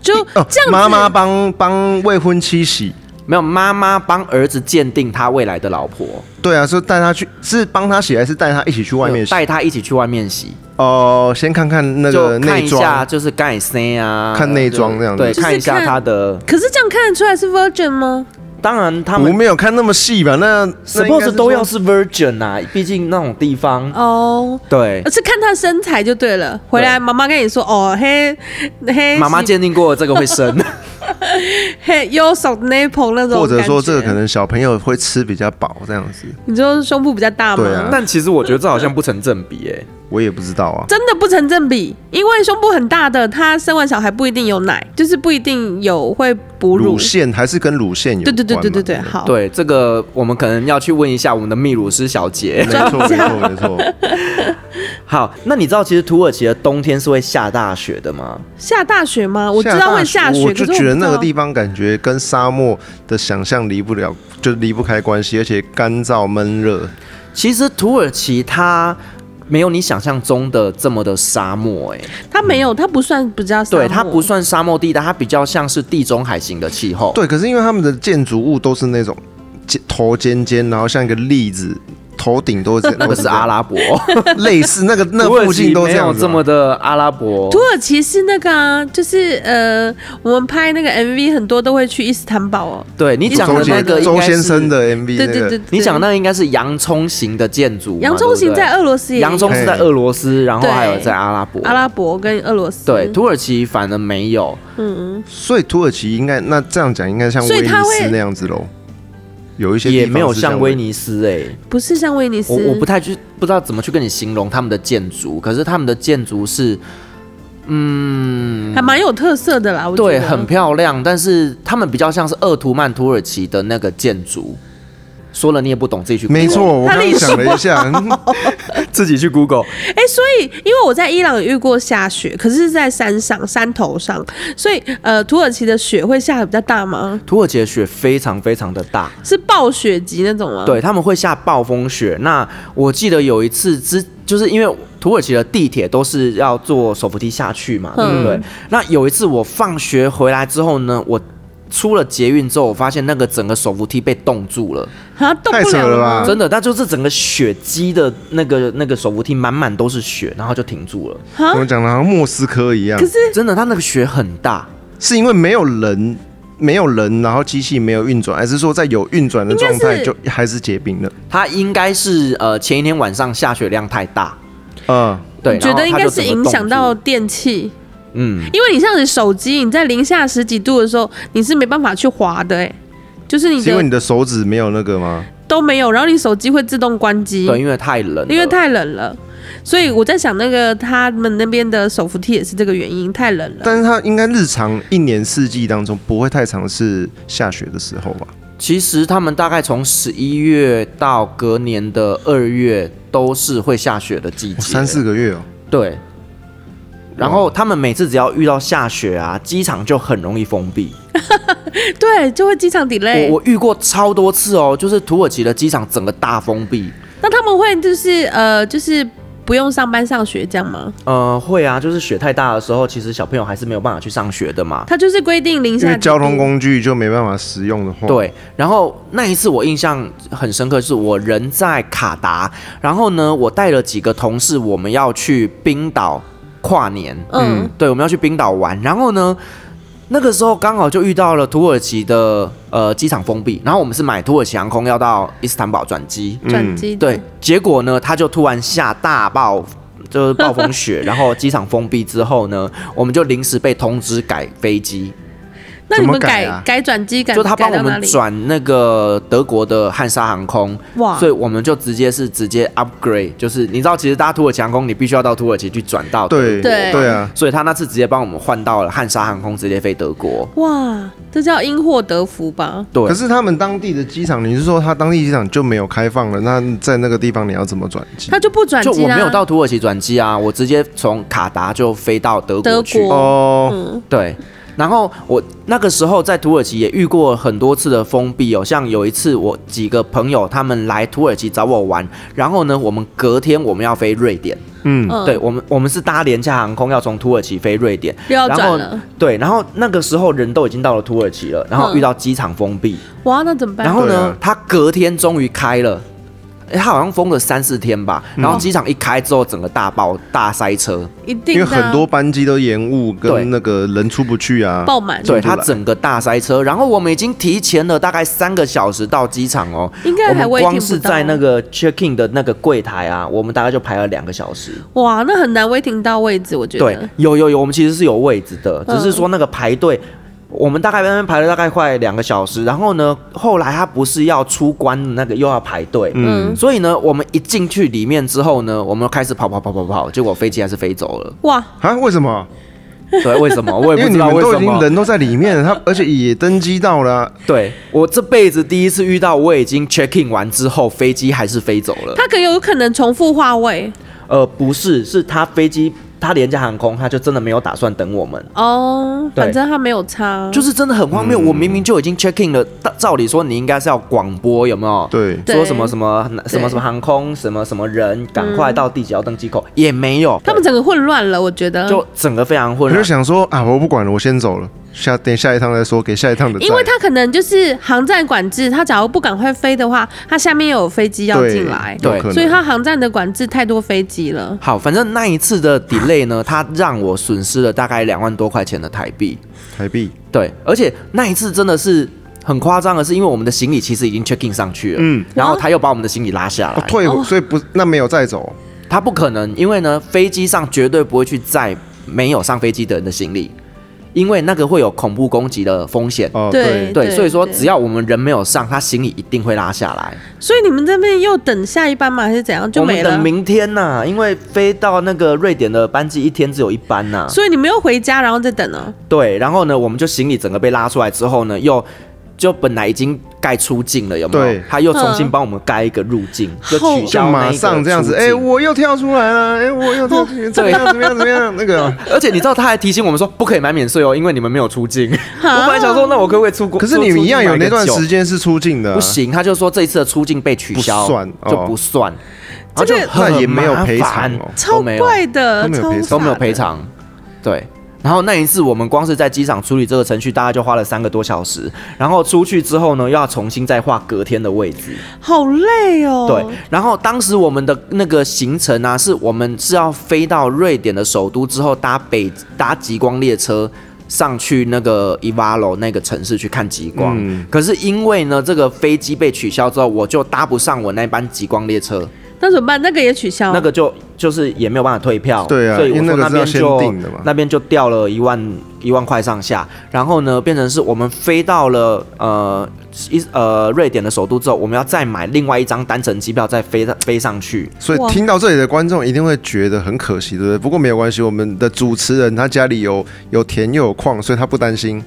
[SPEAKER 3] 就
[SPEAKER 4] 哦
[SPEAKER 3] 这样子。
[SPEAKER 4] 妈妈帮帮未婚妻洗，
[SPEAKER 2] 没有妈妈帮儿子鉴定他未来的老婆，
[SPEAKER 4] 对啊，是带她去，是帮她洗还是带她一起去外面洗？
[SPEAKER 2] 带他一起去外面洗，
[SPEAKER 4] 哦、先看看那个
[SPEAKER 2] 就看
[SPEAKER 4] 内
[SPEAKER 2] 一下
[SPEAKER 4] 装，
[SPEAKER 2] 就是盖塞啊，
[SPEAKER 4] 看内装这样子
[SPEAKER 2] 对，
[SPEAKER 3] 就是
[SPEAKER 2] 看一下
[SPEAKER 3] 看
[SPEAKER 2] 他的。
[SPEAKER 3] 可是这样看得出来是 virgin 吗？
[SPEAKER 2] 当然他
[SPEAKER 4] 我
[SPEAKER 2] 们
[SPEAKER 4] 没有看那么细吧？那那应该
[SPEAKER 2] suppose
[SPEAKER 4] 是
[SPEAKER 2] 都要
[SPEAKER 4] 说啊
[SPEAKER 2] 是 virgin 啊，毕竟那种地方，
[SPEAKER 3] 哦、
[SPEAKER 2] 对
[SPEAKER 3] 呃，是看他身材就对了。回来妈妈跟你说，哦嘿嘿，
[SPEAKER 2] 妈妈
[SPEAKER 3] 姐，
[SPEAKER 4] <laughs>
[SPEAKER 2] 鉴定过这个会生，
[SPEAKER 3] 嘿，优手 nipple 那种感觉，
[SPEAKER 4] 或者说这个可能小朋友会吃比较饱这样子，
[SPEAKER 3] 你说胸部比较大吗？
[SPEAKER 4] 对啊
[SPEAKER 2] 但其实我觉得这好像不成正比 <laughs> 哎、
[SPEAKER 4] 我也不知道啊。
[SPEAKER 3] 真的不成正比，因为胸部很大的，他生完小孩不一定有奶，就是不一定有会哺乳
[SPEAKER 4] 乳。腺还是跟乳腺有
[SPEAKER 3] 对
[SPEAKER 4] 关
[SPEAKER 3] 对对对
[SPEAKER 4] 嘛
[SPEAKER 3] 对对，，好，
[SPEAKER 2] 对，这个我们可能要去问一下我们的泌乳师小姐。
[SPEAKER 4] 没错没错没错。
[SPEAKER 2] 好，那你知道其实土耳其的冬天是会下大雪的吗？
[SPEAKER 3] 下大雪吗？我知道会下雪，
[SPEAKER 4] 我
[SPEAKER 3] 可是我
[SPEAKER 4] 就
[SPEAKER 3] 不
[SPEAKER 4] 觉
[SPEAKER 3] 知
[SPEAKER 4] 得
[SPEAKER 3] 道
[SPEAKER 4] 那个地方感觉跟沙漠的想象离不了，就离不开关系，而且干燥闷热。
[SPEAKER 2] 其实土耳其它没有你想象中的这么的沙漠哎、
[SPEAKER 3] 它没有，它不算比较
[SPEAKER 2] 对，它不
[SPEAKER 3] 算。
[SPEAKER 2] 算沙漠地带，它比较像是地中海型的气候。
[SPEAKER 4] 对，可是因为他们的建筑物都是那种尖头尖尖，然后像一个栗子，头顶都是
[SPEAKER 2] <laughs> 那个是阿，拉伯，
[SPEAKER 4] 都这样类似那个 <laughs> 那
[SPEAKER 2] <laughs> 土耳
[SPEAKER 4] 附
[SPEAKER 2] 其
[SPEAKER 4] 近都
[SPEAKER 2] 没
[SPEAKER 4] 这样
[SPEAKER 2] 有
[SPEAKER 4] 子啊
[SPEAKER 2] 这
[SPEAKER 4] 嘛。
[SPEAKER 2] 么的阿拉伯
[SPEAKER 3] 土。耳其是那个啊，就是呃，我们拍那个 MV 很多都会去伊斯坦堡哦。
[SPEAKER 2] 对你讲的
[SPEAKER 4] 周
[SPEAKER 2] 那个
[SPEAKER 4] 杰
[SPEAKER 2] 应
[SPEAKER 4] 周
[SPEAKER 2] 该是
[SPEAKER 4] 先生，的 MV
[SPEAKER 3] 对
[SPEAKER 4] 那
[SPEAKER 3] 对
[SPEAKER 4] 个
[SPEAKER 3] 对，
[SPEAKER 2] 你讲
[SPEAKER 3] 的
[SPEAKER 2] 那个应该是洋葱型的建筑嘛，
[SPEAKER 3] 洋葱型
[SPEAKER 2] 对不对
[SPEAKER 3] 在俄罗斯也有，
[SPEAKER 2] 洋葱是在俄罗斯，然后还有在阿拉伯。
[SPEAKER 3] 阿拉伯跟俄罗斯
[SPEAKER 2] 对，土耳其反而没有，
[SPEAKER 4] 所以土耳其应该那这样讲，应该像
[SPEAKER 3] 所
[SPEAKER 4] 威
[SPEAKER 3] 以
[SPEAKER 4] 尼
[SPEAKER 3] 它会
[SPEAKER 4] 斯那样子喽。有一些地
[SPEAKER 2] 也
[SPEAKER 4] 方
[SPEAKER 2] 没有
[SPEAKER 4] 是像
[SPEAKER 2] 像威尼斯哎、
[SPEAKER 3] 不是像威尼斯，
[SPEAKER 2] 我我不太去不知道怎么去跟你形容他们的建筑，可是他们的建筑是
[SPEAKER 3] 还蛮有特色的啦。我觉得
[SPEAKER 2] 对很漂亮，但是他们比较像是鄂图曼土耳其的那个建筑。说了你也不懂，自己去 Google
[SPEAKER 4] 没错，，我
[SPEAKER 3] 他
[SPEAKER 4] 刚
[SPEAKER 3] 历
[SPEAKER 4] 刚
[SPEAKER 3] 史
[SPEAKER 4] 想了一下，嗯
[SPEAKER 2] 自己去 Google。
[SPEAKER 3] 哎、所以因为我在伊朗也遇过下雪，可是是在山上山头上，所以呃，土耳其的雪会下的比较大吗？
[SPEAKER 2] 土耳其的雪非常非常的大，
[SPEAKER 3] 是暴雪级那种吗？，
[SPEAKER 2] 对，他们会下暴风雪。那我记得有一次之，就是因为土耳其的地铁都是要坐手扶梯下去嘛，
[SPEAKER 3] 嗯
[SPEAKER 2] 对不对？那有一次我放学回来之后呢，我出了捷运之后，我发现那个整个手扶梯被冻住了，
[SPEAKER 3] 好像动
[SPEAKER 4] <laughs> 太
[SPEAKER 3] 不
[SPEAKER 4] 扯
[SPEAKER 3] 了
[SPEAKER 4] 了
[SPEAKER 3] 吗
[SPEAKER 4] 吧啊
[SPEAKER 2] 真的，那就是整个雪积的那个那个手扶梯满满都是雪，然后就停住了。
[SPEAKER 4] 怎么讲呢？好像莫斯科一样
[SPEAKER 3] 可，是
[SPEAKER 2] 真的，它那个雪很大，
[SPEAKER 4] 是因为没有人。没有人，然后机器没有运转，还是说在有运转的状
[SPEAKER 3] 应该
[SPEAKER 4] 态
[SPEAKER 3] 是
[SPEAKER 4] 就还是结冰了？
[SPEAKER 2] 它应该是呃前一天晚上下雪量太大，
[SPEAKER 4] 嗯，
[SPEAKER 2] 对，
[SPEAKER 3] 我觉
[SPEAKER 2] 然后
[SPEAKER 3] 得应
[SPEAKER 2] 它
[SPEAKER 3] 该
[SPEAKER 2] 就是整个
[SPEAKER 3] 影
[SPEAKER 2] 冻
[SPEAKER 3] 响
[SPEAKER 2] 住
[SPEAKER 3] 到电器，
[SPEAKER 2] 嗯。
[SPEAKER 3] 因为你像你手机，你在零下十几度的时候，你是没办法去滑的、哎，就是你
[SPEAKER 4] 是因为
[SPEAKER 3] 的
[SPEAKER 4] 你的手指没有那个吗？
[SPEAKER 3] 都没有，然后你手机会自动关机，
[SPEAKER 2] 对，因为太冷了，
[SPEAKER 3] 因为太冷了。所以我在想，那个他们那边的手扶梯也是这个原因，太冷了。
[SPEAKER 4] 但是它应该日常一年四季当中不会太常是下雪的时候吧？
[SPEAKER 2] 其实他们大概从十一月到隔年的二月都是会下雪的季节，
[SPEAKER 4] 三四个月哦、
[SPEAKER 2] 对。然后他们每次只要遇到下雪啊，机场就很容易封闭。
[SPEAKER 3] 对，就会机场 delay
[SPEAKER 2] 我。我遇过超多次哦，就是土耳其的机场整个大封闭。
[SPEAKER 3] 那他们会就是呃，就是不用上班上学这样吗？
[SPEAKER 2] 呃，会啊，就是雪太大的时候，其实小朋友还是没有办法去上学的嘛。
[SPEAKER 3] 他就是规定零
[SPEAKER 4] 因
[SPEAKER 3] 下
[SPEAKER 4] 为
[SPEAKER 3] 几
[SPEAKER 4] 交通
[SPEAKER 3] 度
[SPEAKER 4] 工具就没办法使用的话，，
[SPEAKER 2] 对，然后那一次我印象很深刻，是我人在卡达，然后呢，我带了几个同事，我们要去冰岛跨年，
[SPEAKER 3] 嗯，
[SPEAKER 2] 对，我们要去冰岛玩，然后呢，那个时候刚好就遇到了土耳其的呃机场封闭，然后我们是买土耳其航空要到伊斯坦堡转机，
[SPEAKER 3] 转机、
[SPEAKER 2] 嗯对，，结果呢，它就突然下大暴。就是暴风雪，
[SPEAKER 3] <laughs>
[SPEAKER 2] 然后机场封闭之后呢，我们就临时被通知改飞机，
[SPEAKER 3] 那你
[SPEAKER 4] 怎么
[SPEAKER 3] 们改
[SPEAKER 4] 改啊
[SPEAKER 3] 改转机改
[SPEAKER 2] 就他帮我
[SPEAKER 3] 改到哪
[SPEAKER 2] 们
[SPEAKER 3] 里
[SPEAKER 2] 转那个德国的汉莎航空，
[SPEAKER 3] 哇
[SPEAKER 2] 所以我们就直接是直接 upgrade，就是你知道，其实搭土耳其航空，你必须要到土耳其去转到德国
[SPEAKER 4] 对，
[SPEAKER 3] 对
[SPEAKER 4] 对啊，
[SPEAKER 2] 所以他那次直接帮我们换到了汉莎航空，直接飞德国。
[SPEAKER 3] 哇，这叫因祸得福吧？
[SPEAKER 2] 对，
[SPEAKER 4] 可是他们当地的机场，你是说他当地机场就没有开放了？那在那个地方你要怎么转机
[SPEAKER 3] 他？就不转
[SPEAKER 2] 就
[SPEAKER 3] 机
[SPEAKER 2] 我
[SPEAKER 3] 啦。
[SPEAKER 2] 没有到土耳其转机啊，我直接从卡达就飞到德
[SPEAKER 3] 德
[SPEAKER 2] 国去。
[SPEAKER 3] 国
[SPEAKER 4] 哦，
[SPEAKER 3] 嗯，
[SPEAKER 2] 对，然后我那个时候在土耳其也遇过很多次的封闭哦，像有一次我几个朋友他们来土耳其找我玩，然后呢，我们隔天我们要飞瑞典。
[SPEAKER 4] 嗯，
[SPEAKER 3] 嗯
[SPEAKER 2] 对我们，我们是搭廉价航空，要从土耳其飞瑞典，
[SPEAKER 3] 又要
[SPEAKER 2] 然后
[SPEAKER 3] 转了。
[SPEAKER 2] 对，然后那个时候人都已经到了土耳其了，然后
[SPEAKER 3] 嗯
[SPEAKER 2] 遇到机场封闭，
[SPEAKER 3] 哇，那怎么办？
[SPEAKER 2] 然后
[SPEAKER 4] 对
[SPEAKER 2] 呢
[SPEAKER 4] 啊，
[SPEAKER 2] 他隔天终于开了。诶他好像封了三四天吧，
[SPEAKER 4] 嗯
[SPEAKER 2] 然后机场一开之后，整个大爆大塞车，
[SPEAKER 3] 一定
[SPEAKER 4] 因为
[SPEAKER 3] 的啊
[SPEAKER 4] 很多班机都延误，
[SPEAKER 2] 对
[SPEAKER 4] 跟那个人出不去啊。
[SPEAKER 3] 爆满，
[SPEAKER 2] 对
[SPEAKER 4] 出不
[SPEAKER 2] 他
[SPEAKER 4] 来
[SPEAKER 2] 整个大塞车。然后我们已经提前了大概三个小时到机场哦，
[SPEAKER 3] 应该
[SPEAKER 2] 我
[SPEAKER 3] 还
[SPEAKER 2] 们
[SPEAKER 3] waiting
[SPEAKER 2] 光
[SPEAKER 3] 不
[SPEAKER 2] 是
[SPEAKER 3] 到
[SPEAKER 2] 在那个 check in 的那个柜台啊，我们大概就排了两个小时。
[SPEAKER 3] 哇，那很难 waiting 到位置，我觉
[SPEAKER 2] 对
[SPEAKER 3] 得。，嗯
[SPEAKER 2] 有有有，我们其实是有位置的，只是说那个排队。我们大概在那边排了大概快两个小时，然后呢，后来他不是要出关的那个又要排队，
[SPEAKER 4] 嗯，
[SPEAKER 2] 所以呢，我们一进去里面之后呢，我们开始跑跑跑跑跑，结果飞机还是飞走了。
[SPEAKER 3] 哇，
[SPEAKER 4] 啊，为什么？
[SPEAKER 2] 对，为什么？我也
[SPEAKER 4] 因
[SPEAKER 2] 不
[SPEAKER 4] 你
[SPEAKER 2] 知道
[SPEAKER 4] 们
[SPEAKER 2] 为
[SPEAKER 4] 都
[SPEAKER 2] 什
[SPEAKER 4] 已经
[SPEAKER 2] 么。
[SPEAKER 4] 人都在里面了，他而且也登机到了啊，
[SPEAKER 2] 对我这辈子第一次遇到，我已经 check in 完之后，飞机还是飞走了。
[SPEAKER 3] 它可有可能重复化位
[SPEAKER 2] 呃，不是，是他飞机，他廉价航空，他就真的没有打算等我们。
[SPEAKER 3] 哦，
[SPEAKER 2] 对
[SPEAKER 3] 反正它没有差，
[SPEAKER 2] 就是真的很荒谬，我明明就已经 check in 了，大照理说你应该是要广播，有没有？
[SPEAKER 4] 对
[SPEAKER 3] 对
[SPEAKER 2] 说什么什么什么什
[SPEAKER 3] 对
[SPEAKER 2] 么航空什么什么人，赶快到地几号登机口，也没有，
[SPEAKER 3] 嗯他们整个混乱了，我觉得，
[SPEAKER 2] 就整个非常
[SPEAKER 4] 我
[SPEAKER 2] 混
[SPEAKER 4] 就
[SPEAKER 2] 乱。
[SPEAKER 4] 想说啊，我不管了，我先走了，下等下一趟再说，给下一趟的载。
[SPEAKER 3] 因为它可能就是航站管制，它假如不赶快飞的话，它下面又有飞机要
[SPEAKER 4] 对
[SPEAKER 3] 进来，
[SPEAKER 2] 对
[SPEAKER 4] 有可能
[SPEAKER 3] 所以它航站的管制太多飞机了。
[SPEAKER 2] 好，反正那一次的 delay 呢，它让我损失了大概两万多块钱的台币。
[SPEAKER 4] 台币，
[SPEAKER 2] 对，而且那一次真的是很夸张的是，因为我们的行李其实已经 check in 上去了，
[SPEAKER 4] 嗯
[SPEAKER 2] 然后他又把我们的行李拉下来，
[SPEAKER 4] 哦退回，所以不那没有再走，
[SPEAKER 2] 他不可能，因为呢，飞机上绝对不会去载没有上飞机的人的行李，因为那个会有恐怖攻击的风险。
[SPEAKER 4] 哦
[SPEAKER 3] 对
[SPEAKER 2] 对，所以说
[SPEAKER 3] 对
[SPEAKER 2] 只要我们人没有上，他行李一定会拉下来。
[SPEAKER 3] 所以你们这边又等下一班吗？还是怎样？就
[SPEAKER 2] 我
[SPEAKER 3] 没
[SPEAKER 2] 们
[SPEAKER 3] 了
[SPEAKER 2] 等。明天呐、因为飞到那个瑞典的班机一天只有一班呐、
[SPEAKER 3] 所以你们又回家，然后再等啊呢？
[SPEAKER 2] 对，然后呢，我们就行李整个被拉出来之后呢，又就本来已经盖出境了，有没有
[SPEAKER 4] 对？
[SPEAKER 2] 他又重新
[SPEAKER 3] 嗯
[SPEAKER 2] 帮我们盖一个入境，就
[SPEAKER 3] 好
[SPEAKER 2] 取
[SPEAKER 4] 就
[SPEAKER 2] 消那
[SPEAKER 4] 马
[SPEAKER 2] 一个
[SPEAKER 4] 上这样子，
[SPEAKER 2] 出
[SPEAKER 4] 哎、
[SPEAKER 2] 境
[SPEAKER 4] 我又跳出来了，哎、我
[SPEAKER 2] <laughs>
[SPEAKER 4] 又跳出去，怎么样？怎么样？怎么样？那个，
[SPEAKER 2] 而且你知道他还提醒我们说不可以买免税哦，因为你们没有出
[SPEAKER 3] <laughs>
[SPEAKER 2] 境。我本来
[SPEAKER 3] 啊
[SPEAKER 2] 想说，那我可不可以出国？
[SPEAKER 4] 可是你
[SPEAKER 2] 出
[SPEAKER 4] 们一样有那段。
[SPEAKER 2] 出境买个
[SPEAKER 4] 时
[SPEAKER 2] 酒
[SPEAKER 4] 间是出境的啊、
[SPEAKER 2] 不行，他就说这一次的出境被取消，
[SPEAKER 4] 不算哦
[SPEAKER 2] 就不算，然后就
[SPEAKER 3] 这个
[SPEAKER 2] 很
[SPEAKER 4] 那也没有赔
[SPEAKER 2] 麻
[SPEAKER 4] 偿
[SPEAKER 2] 烦
[SPEAKER 4] 哦
[SPEAKER 3] 超
[SPEAKER 2] 都没有
[SPEAKER 3] 怪的，
[SPEAKER 4] 都没有
[SPEAKER 3] 超
[SPEAKER 4] 赔偿
[SPEAKER 2] 都没有
[SPEAKER 3] 傻的
[SPEAKER 2] 赔。偿，对。然后那一次我们光是在机场处理这个程序，大概就花了三个多小时。然后出去之后呢，又要重新再画隔天的位置。
[SPEAKER 3] 好累哦。
[SPEAKER 2] 对，然后当时我们的那个行程啊，是我们是要飞到瑞典的首都之后，搭北搭极光列车上去那个伊瓦罗那个城市去看极光。
[SPEAKER 4] 嗯
[SPEAKER 2] 可是因为呢，这个飞机被取消之后，我就搭不上我那班极光列车，
[SPEAKER 3] 那怎么办？那个也取消。啊
[SPEAKER 2] 那个就就是也没有办法退票。
[SPEAKER 4] 对啊
[SPEAKER 2] 所以我
[SPEAKER 4] 因为
[SPEAKER 2] 说
[SPEAKER 4] 那个
[SPEAKER 2] 那
[SPEAKER 4] 是
[SPEAKER 2] 边
[SPEAKER 4] 要先
[SPEAKER 2] 就
[SPEAKER 4] 订的嘛
[SPEAKER 2] 那边就掉了一万一万块上下，然后呢，变成是我们飞到了呃一呃瑞典的首都之后，我们要再买另外一张单程机票再飞飞上去。
[SPEAKER 4] 所以
[SPEAKER 3] 哇
[SPEAKER 4] 听到这里的观众一定会觉得很可惜，对不对？不过没有关系，我们的主持人他家里有有田又有矿，所以他不担心。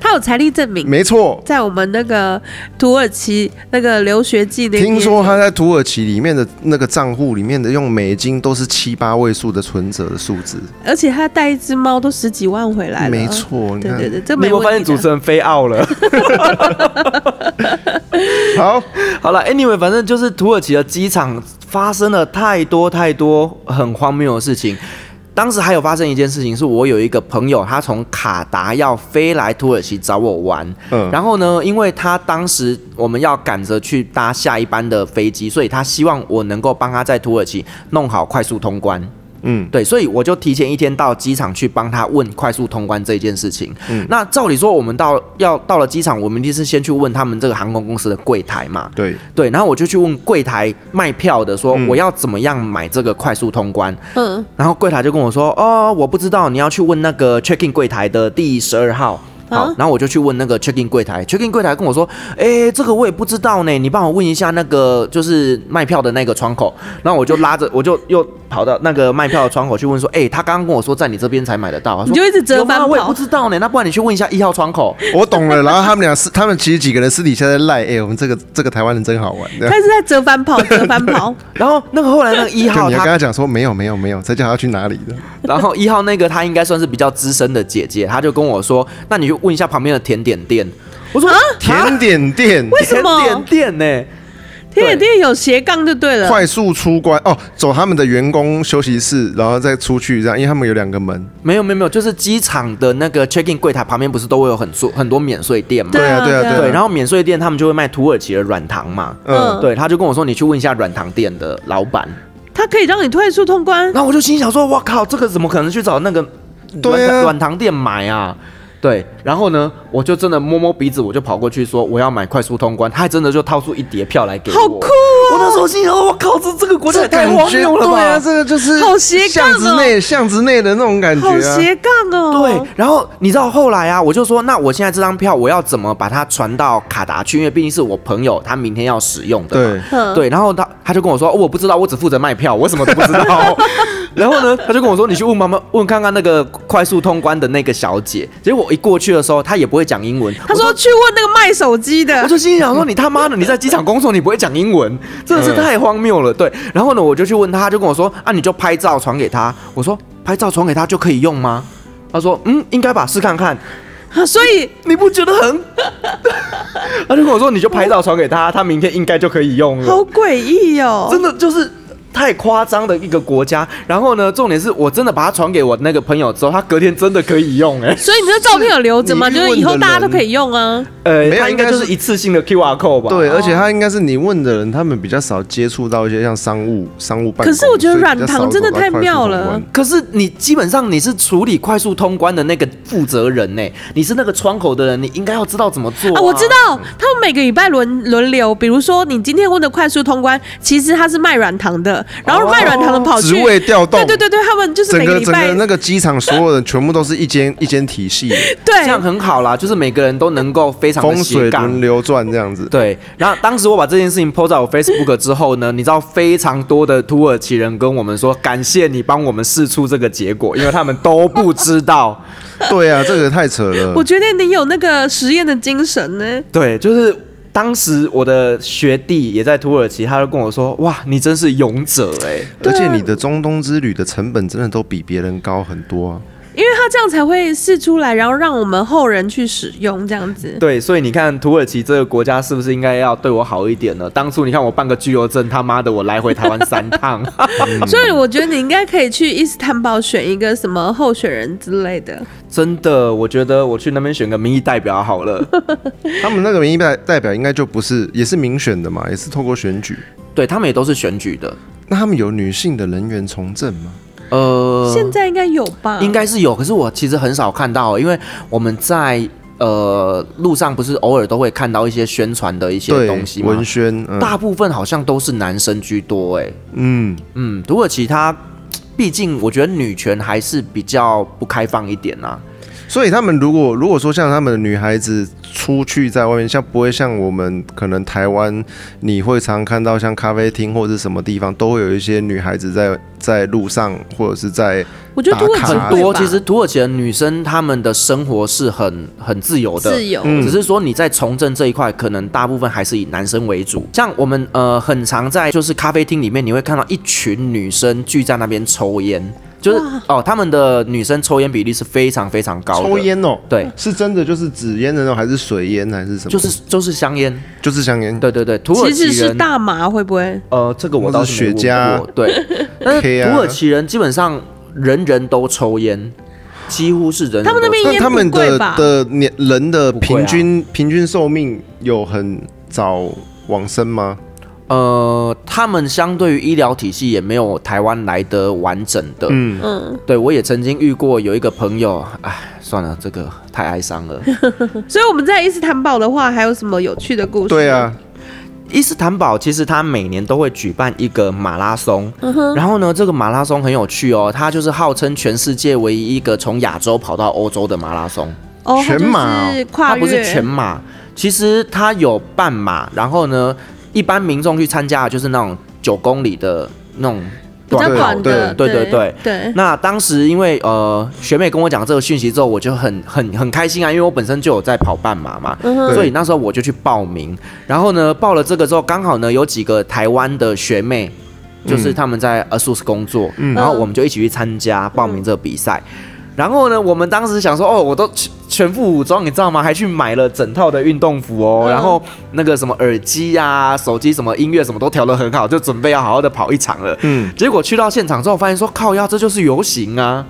[SPEAKER 3] 他有财力证明。
[SPEAKER 4] 没错，
[SPEAKER 3] 在我们那个土耳其那个留学季那天，
[SPEAKER 4] 听说他在土耳其里面的那个账户里面的用美金都是七八位数的存折的数字。
[SPEAKER 3] 而且他带一只猫都十几万回来了，
[SPEAKER 4] 没，错，你
[SPEAKER 3] 对
[SPEAKER 4] 看，
[SPEAKER 3] 对对，这
[SPEAKER 2] 你
[SPEAKER 3] 没
[SPEAKER 2] 有没有发
[SPEAKER 3] 问
[SPEAKER 2] 现
[SPEAKER 3] 题
[SPEAKER 2] 主
[SPEAKER 3] 的。
[SPEAKER 2] 持人飞奥了？
[SPEAKER 4] 好，
[SPEAKER 2] 好了，anyway，反正就是土耳其的机场发生了太多太多很荒谬的事情。当时还有发生一件事情，是我有一个朋友，他从卡达要飞来土耳其找我玩，
[SPEAKER 4] 嗯，
[SPEAKER 2] 然后呢，因为他当时我们要赶着去搭下一班的飞机，所以他希望我能够帮他在土耳其弄好快速通关。
[SPEAKER 4] 嗯，
[SPEAKER 2] 对，所以我就提前一天到机场去帮他问快速通关这件事情。那照理说，我们到要到了机场，我们一定是先去问他们这个航空公司的柜台嘛。
[SPEAKER 4] 对，
[SPEAKER 2] 对，然后我就去问柜台卖票的说，
[SPEAKER 4] 嗯
[SPEAKER 2] 我要怎么样买这个快速通关？
[SPEAKER 3] 嗯，
[SPEAKER 2] 然后柜台就跟我说，哦，我不知道，你要去问那个 check in 柜台的第十二号。好
[SPEAKER 3] 啊，
[SPEAKER 2] 然后我就去问那个 check in 柜台，check in 柜台跟我说，哎，这个我也不知道呢，你帮我问一下那个就是卖票的那个窗口。然后我就拉着，我就又跑到那个卖票的窗口去问说，哎，他刚刚跟我说在你这边才买得到，他说
[SPEAKER 3] 你就一直折
[SPEAKER 2] 有吗
[SPEAKER 3] 返
[SPEAKER 2] 我也
[SPEAKER 3] 跑
[SPEAKER 2] 不知道呢，那不然你去问一下一号窗口。
[SPEAKER 4] 我懂了。然后他们俩私，他 <laughs> 们其实几个人私底下在赖，哎、我们这个这个台湾人真好玩。这样
[SPEAKER 3] 他是在折返跑，折返
[SPEAKER 2] <laughs>
[SPEAKER 3] 跑，
[SPEAKER 2] 然后那个后来那个一
[SPEAKER 4] 就
[SPEAKER 2] 号
[SPEAKER 4] 你要
[SPEAKER 2] 他
[SPEAKER 4] 跟他讲说没有没有没有，再叫他去哪里的。
[SPEAKER 2] <laughs> 然后一号那个她应该算是比较资深的姐姐，她就跟我说：“那你就问一下旁边的甜点店。”我说：“
[SPEAKER 4] 甜点店
[SPEAKER 3] 为啊什
[SPEAKER 2] 甜点
[SPEAKER 3] 么？
[SPEAKER 2] 店呢、
[SPEAKER 3] 天眼店有斜杠就对了，
[SPEAKER 4] 快速出关哦，走他们的员工休息室，然后再出去这样，因为他们有两个门。
[SPEAKER 2] 没有没有没有，就是机场的那个 check in 柜台旁边不是都会有很多很多免税店嘛？
[SPEAKER 3] 对啊
[SPEAKER 4] 对啊
[SPEAKER 3] 对啊
[SPEAKER 4] 啊，
[SPEAKER 2] 对，然
[SPEAKER 4] 后
[SPEAKER 2] 后免税店他们就会卖土耳其的软糖嘛。
[SPEAKER 3] 嗯
[SPEAKER 2] 对，他就跟我说：“你去问一下软糖店的老板。
[SPEAKER 3] 他可以让你退出通”关，
[SPEAKER 2] 然后我就心想说：“我靠，这个怎么可能去找那个软
[SPEAKER 4] 对啊
[SPEAKER 2] 软糖店买啊？”对，然后呢，我就真的摸摸鼻子，我就跑过去说我要买快速通关，他还真的就掏出一叠票来给我。
[SPEAKER 3] 好酷
[SPEAKER 2] 我那时候心想说，我靠，这这个国家也太
[SPEAKER 4] 啊感
[SPEAKER 2] 荒
[SPEAKER 4] 觉
[SPEAKER 2] 谬了吧？
[SPEAKER 4] 对啊，这个就是
[SPEAKER 3] 好斜杠
[SPEAKER 4] 巷
[SPEAKER 3] 哦
[SPEAKER 4] 子内巷子内的那种感觉
[SPEAKER 3] 好
[SPEAKER 4] 啊。
[SPEAKER 3] 斜杠哦。
[SPEAKER 2] 对，然后你知道后来啊，我就说，那我现在这张票我要怎么把它传到卡达去？因为毕竟是我朋友他明天要使用的嘛。
[SPEAKER 4] 对，
[SPEAKER 3] 嗯
[SPEAKER 2] 对，然后他他就跟我说、哦我不知道，我只负责卖票，我什么都不知道。然后呢，他就跟我说，你去问妈妈，问看看那个快速通关的那个小姐。结果我一过去的时候，她也不会讲英文。
[SPEAKER 3] 他说去问那个卖手
[SPEAKER 2] <laughs>
[SPEAKER 3] 机
[SPEAKER 2] 我
[SPEAKER 3] 的，
[SPEAKER 2] 就心里想说，你他妈的，你在机场工作，你不会讲英文，真的是太荒谬了。对，然后呢，我就去问他，他就跟我说，啊，你就拍照传给他。我说，拍照传给他就可以用吗？他说，嗯，应该吧，试看看。
[SPEAKER 3] 啊所以
[SPEAKER 2] 你不觉得很？ <laughs> 他就跟我说，你就拍照传给他，他明天应该就可以用
[SPEAKER 3] 好
[SPEAKER 2] 了。
[SPEAKER 3] 诡异哦。
[SPEAKER 2] 真的就是。太夸张的一个国家，然后呢，重点是我真的把它传给我那个朋友之后，他隔天真的可以用、哎，
[SPEAKER 3] 所以你这照片有留着吗？
[SPEAKER 4] 你
[SPEAKER 3] 就
[SPEAKER 4] 去问
[SPEAKER 3] 是以后
[SPEAKER 4] 的
[SPEAKER 3] 大家都
[SPEAKER 4] 人
[SPEAKER 3] 可以用啊。
[SPEAKER 2] 呃，
[SPEAKER 4] 没有
[SPEAKER 2] 他应该就是一次性的 QR code 吧？
[SPEAKER 4] 对，而且他应该是你问的人，他们比较少接触到一些像商务、商务办公。
[SPEAKER 3] 可是我觉得
[SPEAKER 4] 所以比
[SPEAKER 3] 软
[SPEAKER 4] 较
[SPEAKER 3] 糖
[SPEAKER 4] 少
[SPEAKER 3] 真的
[SPEAKER 4] 走到
[SPEAKER 3] 太
[SPEAKER 4] 快速
[SPEAKER 3] 妙
[SPEAKER 4] 通
[SPEAKER 3] 了啊
[SPEAKER 4] 关
[SPEAKER 2] 可是你基本上你是处理快速通关的那个负责人呢、你是那个窗口的人，你应该要知道怎么做啊、
[SPEAKER 3] 啊，我知道，他们每个礼拜轮轮流，比如说你今天问的快速通关，其实他是卖软糖的，然后卖软糖的跑去
[SPEAKER 4] 哦职位调动
[SPEAKER 3] 对对对对，他们就是
[SPEAKER 4] 整
[SPEAKER 3] 每
[SPEAKER 4] 个
[SPEAKER 3] 礼
[SPEAKER 4] 整个
[SPEAKER 3] 拜
[SPEAKER 4] 那个机场所有人全部都是一间一间体
[SPEAKER 3] <laughs>
[SPEAKER 4] 系的，
[SPEAKER 2] 这样
[SPEAKER 3] 对。
[SPEAKER 2] 很好啦，就是每个人都能够非常的
[SPEAKER 4] 风
[SPEAKER 2] 斜
[SPEAKER 4] 水
[SPEAKER 2] 杠
[SPEAKER 4] 轮。流转这样子。
[SPEAKER 2] 对，然后当时我把这件事情 PO 在我 Facebook 之后呢，你知道非常多的土耳其人跟我们说，感谢你帮我们试出这个结果，因为他们都不知道。
[SPEAKER 4] 对啊，这个太扯了
[SPEAKER 3] 我。觉得你有那个实验的精神呢，
[SPEAKER 2] 对，就是当时我的学弟也在土耳其，他就跟我说：“哇，你真是勇者哎、
[SPEAKER 3] 啊
[SPEAKER 4] 而且你的中东之旅的成本真的都比别人高很多啊！
[SPEAKER 3] 因为他这样才会试出来，然后让我们后人去使用这样
[SPEAKER 4] <laughs>
[SPEAKER 3] 子。
[SPEAKER 2] 对，所以你看土耳其这个国家是不是应该要对我好一点呢？当初你看我办个居留证，他妈的我来回台湾三
[SPEAKER 4] <laughs>
[SPEAKER 2] 趟，
[SPEAKER 4] 嗯
[SPEAKER 3] 所以我觉得你应该可以去伊斯坦堡选一个什么候选人之类的。
[SPEAKER 2] 真的，我觉得我去那边选个民意代表好了。
[SPEAKER 4] 他们那个民意代代表应该就不是，也是民选的嘛，也是透过选举。
[SPEAKER 2] 对他们也都是选举的，
[SPEAKER 4] 那他们有女性的人员从政吗？嗯
[SPEAKER 2] 呃，
[SPEAKER 3] 现在应该有吧？
[SPEAKER 2] 应该是有，可是我其实很少看到，因为我们在呃路上不是偶尔都会看到一些宣传的一些
[SPEAKER 4] 对
[SPEAKER 2] 东西，吗
[SPEAKER 4] 文？宣，嗯
[SPEAKER 2] 大部分好像都是男生居多、哎，
[SPEAKER 4] 嗯，
[SPEAKER 2] 嗯，土耳其它毕竟我觉得女权还是比较不开放一点啊。
[SPEAKER 4] 所以他们如果如果说像他们的女孩子出去在外面，像不会像我们可能台湾，你会常看到像咖啡厅或者是什么地方，都会有一些女孩子在在路上或者是在
[SPEAKER 3] 我觉得土耳其
[SPEAKER 4] 打卡
[SPEAKER 2] 很多
[SPEAKER 3] 会吧
[SPEAKER 2] 啊其实土耳其的女生她们的生活是很很自由的，
[SPEAKER 3] 自由
[SPEAKER 4] 嗯
[SPEAKER 2] 只是说你在从政这一块，可能大部分还是以男生为主。像我们呃，很常在就是咖啡厅里面，你会看到一群女生聚在那边抽烟，就是哦，他们的女生抽烟比例是非常非常高的，
[SPEAKER 4] 抽烟哦，
[SPEAKER 2] 对，
[SPEAKER 4] 是真的就是纸烟的那种，还是水烟还是什么？
[SPEAKER 2] 就是就是香烟，
[SPEAKER 4] 就是香烟，
[SPEAKER 2] 对对对，土耳
[SPEAKER 3] 其
[SPEAKER 2] 其
[SPEAKER 3] 实是
[SPEAKER 2] 人
[SPEAKER 3] 大麻会不会？
[SPEAKER 2] 呃，这个我
[SPEAKER 4] 或
[SPEAKER 2] 倒
[SPEAKER 4] 是
[SPEAKER 2] 是没
[SPEAKER 4] 雪
[SPEAKER 2] 问
[SPEAKER 4] 茄
[SPEAKER 2] 过，对，但
[SPEAKER 4] 黑
[SPEAKER 2] 是
[SPEAKER 4] 啊
[SPEAKER 2] 土耳其人基本上人人都抽烟，几乎是人人
[SPEAKER 3] 他们那
[SPEAKER 2] 都
[SPEAKER 3] 边
[SPEAKER 4] 那
[SPEAKER 3] 烟
[SPEAKER 4] 他们
[SPEAKER 3] 不贵
[SPEAKER 4] 的
[SPEAKER 3] 吧？
[SPEAKER 4] 的年人的
[SPEAKER 2] 不贵啊
[SPEAKER 4] 平均、平均寿命有很早往生吗？
[SPEAKER 2] 呃，他们相对于医疗体系也没有台湾来的完整的。
[SPEAKER 4] 嗯，
[SPEAKER 3] 嗯，
[SPEAKER 2] 对我也曾经遇过有一个朋友，哎，算了，这个太哀伤了。 <laughs>
[SPEAKER 3] 所以我们在伊斯坦堡的话，还有什么有趣的故事？
[SPEAKER 4] 对，啊，
[SPEAKER 2] 伊斯坦堡其实它每年都会举办一个马拉松，
[SPEAKER 3] 嗯
[SPEAKER 2] 然后呢，这个马拉松很有趣哦，它就是号称全世界唯一一个从亚洲跑到欧洲的马拉松。
[SPEAKER 3] 哦，它
[SPEAKER 4] 全马
[SPEAKER 3] 就
[SPEAKER 4] 哦
[SPEAKER 3] 是跨
[SPEAKER 2] 它
[SPEAKER 3] 越，
[SPEAKER 2] 不是全马，其实它有半马，然后呢，一般民众去参加的就是那种九公里的那种
[SPEAKER 3] 比较
[SPEAKER 2] 短跑
[SPEAKER 3] 短的，
[SPEAKER 2] 对对对
[SPEAKER 3] 对对。
[SPEAKER 2] 那当时因为呃学妹跟我讲这个讯息之后，我就很很很开心啊，因为我本身就有在跑半马嘛，
[SPEAKER 4] 对
[SPEAKER 2] 所以那时候我就去报名。然后呢，报了这个之后，刚好呢有几个台湾的学妹，
[SPEAKER 4] 嗯
[SPEAKER 2] 就是他们在 ASUS 工作，然后我们就一起去参加报名这个比赛。
[SPEAKER 4] 嗯
[SPEAKER 2] 然后呢，我们当时想说，哦，我都全全副武装，你知道吗？还去买了整套的运动服哦，
[SPEAKER 4] 嗯
[SPEAKER 2] 然后那个什么耳机呀、手机什么音乐什么都调得很好，就准备要好好的跑一场了。
[SPEAKER 4] 嗯，
[SPEAKER 2] 结果去到现场之后，发现说靠腰，这就是游行啊！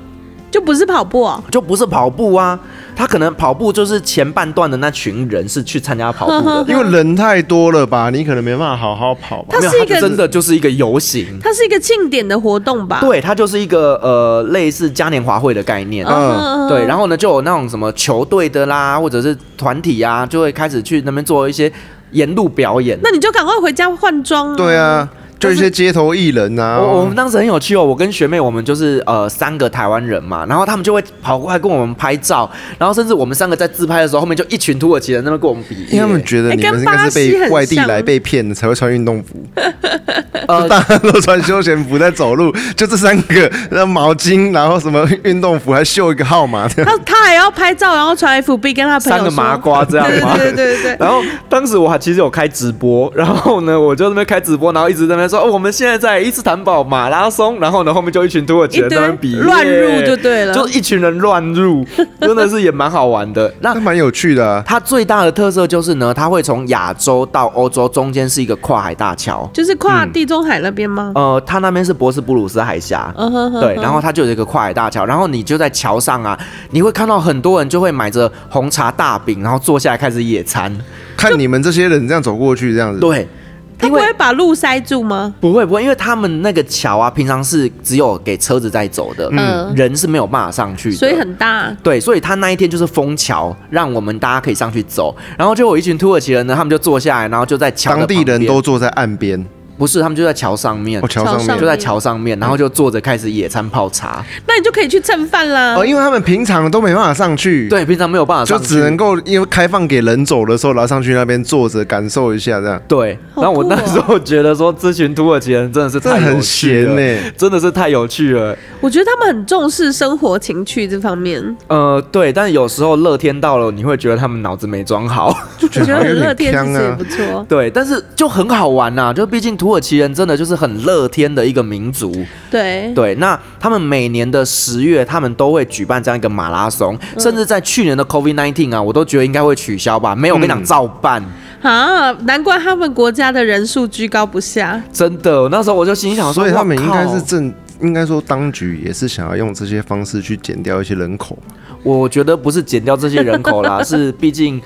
[SPEAKER 3] 就不是跑步哦。，
[SPEAKER 2] 就不是跑步啊，他可能跑步就是前半段的那群人是去参加跑步的
[SPEAKER 4] <laughs> 因为人太多了吧，你可能没办法好好跑吧
[SPEAKER 3] 它。
[SPEAKER 2] 没有，
[SPEAKER 3] 是一
[SPEAKER 2] 他
[SPEAKER 3] 个
[SPEAKER 2] 就真的就是一个游行。
[SPEAKER 3] 它是一个庆典的活动吧？
[SPEAKER 2] 对，它就是一个呃类似嘉年华会的概念，
[SPEAKER 3] 嗯，嗯，
[SPEAKER 2] 对，
[SPEAKER 3] 后
[SPEAKER 2] 然后呢，就有那种什么球队的啦，或者是团体啊，就会开始去那边做一些沿路表演。
[SPEAKER 3] 那你就赶快回家换装、
[SPEAKER 4] 对，啊，就一些街头艺人啊，
[SPEAKER 2] 我我们当时很有趣哦，我跟学妹我们就是呃三个台湾人嘛，然后他们就会跑过来跟我们拍照，然后甚至我们三个在自拍的时候，后面就一群土耳其人在那边跟我们比
[SPEAKER 4] 因为
[SPEAKER 2] 耶
[SPEAKER 4] 他们觉得
[SPEAKER 3] 哎
[SPEAKER 4] 你们
[SPEAKER 3] 跟
[SPEAKER 4] 应该
[SPEAKER 3] 巴
[SPEAKER 4] 是
[SPEAKER 3] 西
[SPEAKER 4] 被
[SPEAKER 3] 很
[SPEAKER 4] 外地
[SPEAKER 3] 像
[SPEAKER 4] 来被骗的才会穿运动服，
[SPEAKER 2] 呃
[SPEAKER 4] 大家都穿休闲服在走路，就这三个，那毛巾，然后什么运动服，还绣一个号码，
[SPEAKER 3] 他他还要拍照，然后传 FB 跟他朋友
[SPEAKER 2] 三个
[SPEAKER 3] 说
[SPEAKER 2] 麻瓜这样
[SPEAKER 3] 对
[SPEAKER 2] 吗？
[SPEAKER 3] 对对对
[SPEAKER 4] 嗯
[SPEAKER 3] 对对。
[SPEAKER 2] <laughs> 然后当时我还其实有开直播，然后呢，我就在那边开直播，然后一直在那边说，哦，我们现在在伊斯坦堡马拉松，然后呢，后面就一群土耳其人在那边比
[SPEAKER 3] 一堆乱入就对了
[SPEAKER 2] 就一群人乱入，真的是也蛮好玩
[SPEAKER 3] <laughs>
[SPEAKER 2] 的。那
[SPEAKER 4] 那蛮有趣的啊。
[SPEAKER 2] 它最大的特色就是呢，它会从亚洲到欧洲中间是一个跨海大桥，
[SPEAKER 3] 就是跨地中海那边吗？
[SPEAKER 4] 哦
[SPEAKER 2] 呃，它那边是博斯布鲁斯海峡，
[SPEAKER 3] 嗯哼哼
[SPEAKER 2] 对，
[SPEAKER 3] 哼
[SPEAKER 2] 然后它就有一个跨海大桥，然后你就在桥上啊，你会看到很多人就会买着红茶大饼，然后坐下来开始野餐，
[SPEAKER 4] 看你们这些人这样走过去，这样子，
[SPEAKER 2] 对。
[SPEAKER 3] 他不会把路塞住吗？
[SPEAKER 2] 不会不会，因为他们那个桥啊，平常是只有给车子在走的，
[SPEAKER 3] 嗯
[SPEAKER 2] 人是没有办法上去的，
[SPEAKER 3] 所以很大，啊
[SPEAKER 2] 对，所以他那一天就是封桥，让我们大家可以上去走。然后就有一群土耳其人呢，他们就坐下来，然后就在桥的
[SPEAKER 4] 当地
[SPEAKER 2] 旁边
[SPEAKER 4] 人都坐在岸边，
[SPEAKER 2] 不是，他们就在桥上面
[SPEAKER 4] 哦，，桥上
[SPEAKER 3] 桥
[SPEAKER 4] 面嗯
[SPEAKER 3] 上
[SPEAKER 2] 就在桥上面，然后就坐着开始野餐泡茶。
[SPEAKER 3] 那你就可以去蹭饭啦。
[SPEAKER 4] 哦，因为他们平常都没办法上去，，
[SPEAKER 2] 对，平常没有办法
[SPEAKER 4] 就
[SPEAKER 2] 上去，
[SPEAKER 4] 只能够因为开放给人走的时候，然后上去那边坐着感受一下，这样
[SPEAKER 2] 对。
[SPEAKER 3] 好
[SPEAKER 2] 然后我
[SPEAKER 3] 酷
[SPEAKER 2] 那
[SPEAKER 3] 哦
[SPEAKER 2] 时候觉得说，这群土耳其人真的是
[SPEAKER 4] 真
[SPEAKER 2] 太
[SPEAKER 4] 的
[SPEAKER 2] 有
[SPEAKER 4] 很
[SPEAKER 2] 趣
[SPEAKER 4] 闲
[SPEAKER 2] 了
[SPEAKER 4] 呢、
[SPEAKER 2] 真的是太有趣了。
[SPEAKER 3] 我觉得他们很重视生活情趣这方面，
[SPEAKER 2] 呃，对，但有时候乐天到了，你会觉得他们脑子没装好。
[SPEAKER 3] 我觉得
[SPEAKER 4] 好像有
[SPEAKER 3] 很
[SPEAKER 4] 点
[SPEAKER 3] 乐天，其
[SPEAKER 4] 呛
[SPEAKER 3] 实也
[SPEAKER 4] 啊
[SPEAKER 3] 不错。
[SPEAKER 2] 对，但是就很好玩呐、就毕竟土耳其人真的就是很乐天的一个民族。
[SPEAKER 3] 嗯对，
[SPEAKER 2] 对，那他们每年的十月，他们都会举办这样一个马拉松，甚至在去年的 COVID 1 9啊，我都觉得应该会取消吧，没有，我跟你讲，
[SPEAKER 4] 嗯
[SPEAKER 2] 照办。
[SPEAKER 3] 啊，难怪他们国家的人数居高不下。
[SPEAKER 2] 真的，那时候我就心想说，
[SPEAKER 4] 所以他们
[SPEAKER 2] 哇
[SPEAKER 4] 应
[SPEAKER 2] 靠
[SPEAKER 4] 该是正，应该说当局也是想要用这些方式去减掉一些人口。
[SPEAKER 2] 我觉得不是减掉这些人口啦，是毕竟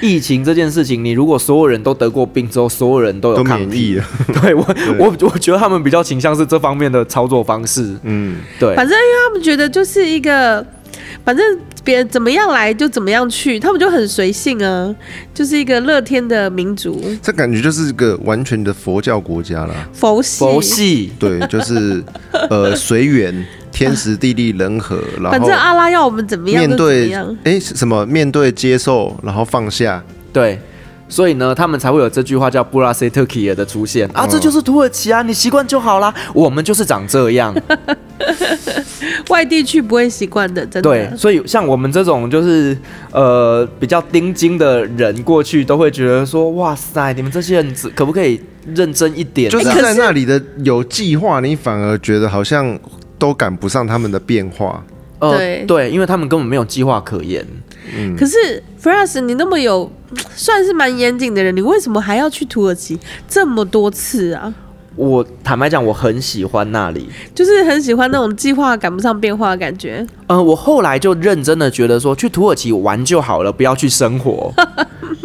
[SPEAKER 2] 疫情这件事情，你如果所有人都得过病之后，所有人都有
[SPEAKER 4] 都
[SPEAKER 2] 抗
[SPEAKER 4] 免
[SPEAKER 2] 体
[SPEAKER 4] 疫了。
[SPEAKER 2] 对
[SPEAKER 4] <laughs>
[SPEAKER 2] 我，我我觉得他们比较倾向是这方面的操作方式。
[SPEAKER 4] 嗯，
[SPEAKER 2] 对，
[SPEAKER 3] 反正因为他们觉得就是一个，反正别人怎么样来就怎么样去，他们就很随性啊，就是一个乐天的民族，
[SPEAKER 4] 这感觉就是个完全的佛教国家啦。 <laughs>
[SPEAKER 3] 佛系。
[SPEAKER 2] 佛系。
[SPEAKER 4] 对，就是呃随缘，天时地利人
[SPEAKER 3] <laughs>
[SPEAKER 4] 和，然
[SPEAKER 3] 反正
[SPEAKER 4] 后
[SPEAKER 3] 阿拉要我们怎么样
[SPEAKER 4] 面
[SPEAKER 3] 就怎么
[SPEAKER 4] 对
[SPEAKER 3] 样，
[SPEAKER 4] 哎什么面对接受，然后放下。
[SPEAKER 2] 对，所以呢，他们才会有这句话叫布拉塞特 k i 的出现啊，
[SPEAKER 4] 嗯
[SPEAKER 2] 这就是土耳其啊，你习惯就好啦，我们就是长这
[SPEAKER 4] <laughs>
[SPEAKER 2] 样。
[SPEAKER 3] 外地去不会习惯的，真的。
[SPEAKER 2] 对，所以像我们这种就是呃比较钉钉的人过去，都会觉得说，哇塞，你们这些人只可不可以认真一点？哎
[SPEAKER 4] 就是
[SPEAKER 2] 这样
[SPEAKER 4] 在那里的有计划，你反而觉得好像都赶不上他们的变化。
[SPEAKER 2] 呃
[SPEAKER 3] 对
[SPEAKER 2] 对，因为他们根本没有计划可言。
[SPEAKER 3] 可
[SPEAKER 2] 嗯
[SPEAKER 3] 是 Fras，你那么有算是蛮严谨的人，你为什么还要去土耳其这么多次啊？
[SPEAKER 2] 我坦白讲，我很喜欢那里。
[SPEAKER 3] 就是很喜欢那种计划赶不上变化的感觉。
[SPEAKER 2] 呃，我后来就认真的觉得说，去土耳其玩就好了，不要去生活。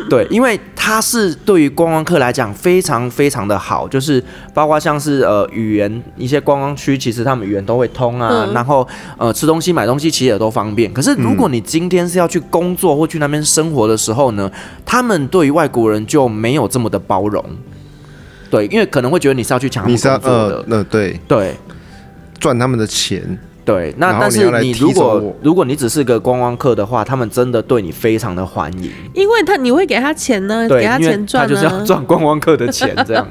[SPEAKER 2] 对，因为它是对于观光客来讲非常非常的好，就是包括像是呃语言一些观光区，其实他们语言都会通啊，
[SPEAKER 3] 嗯
[SPEAKER 2] 然后呃吃东西买东西其实也都方便。可是如果你今天是要去工作或去那边生活的时候呢，他们对于外国人就没有这么的包容。对，因为可能会觉得你是要去抢他
[SPEAKER 4] 你
[SPEAKER 2] 们
[SPEAKER 4] 是要
[SPEAKER 2] 工作的
[SPEAKER 4] 呃，呃对，
[SPEAKER 2] 对。
[SPEAKER 4] 赚他们的钱，
[SPEAKER 2] 对，那
[SPEAKER 4] 然后
[SPEAKER 2] 但
[SPEAKER 4] 你
[SPEAKER 2] 是
[SPEAKER 4] 要来
[SPEAKER 2] 你
[SPEAKER 4] 踢
[SPEAKER 2] 如
[SPEAKER 4] 走
[SPEAKER 2] 果
[SPEAKER 4] 我
[SPEAKER 2] 如果你只是个观光客的话，他们真的对你非常的欢迎，
[SPEAKER 3] 因为他你会给他钱呢、
[SPEAKER 2] 对，
[SPEAKER 3] 给他
[SPEAKER 2] 因为
[SPEAKER 3] 钱赚啊
[SPEAKER 2] 他就是
[SPEAKER 3] 呢、
[SPEAKER 2] 要赚观光客的钱，这
[SPEAKER 3] <laughs>
[SPEAKER 2] 样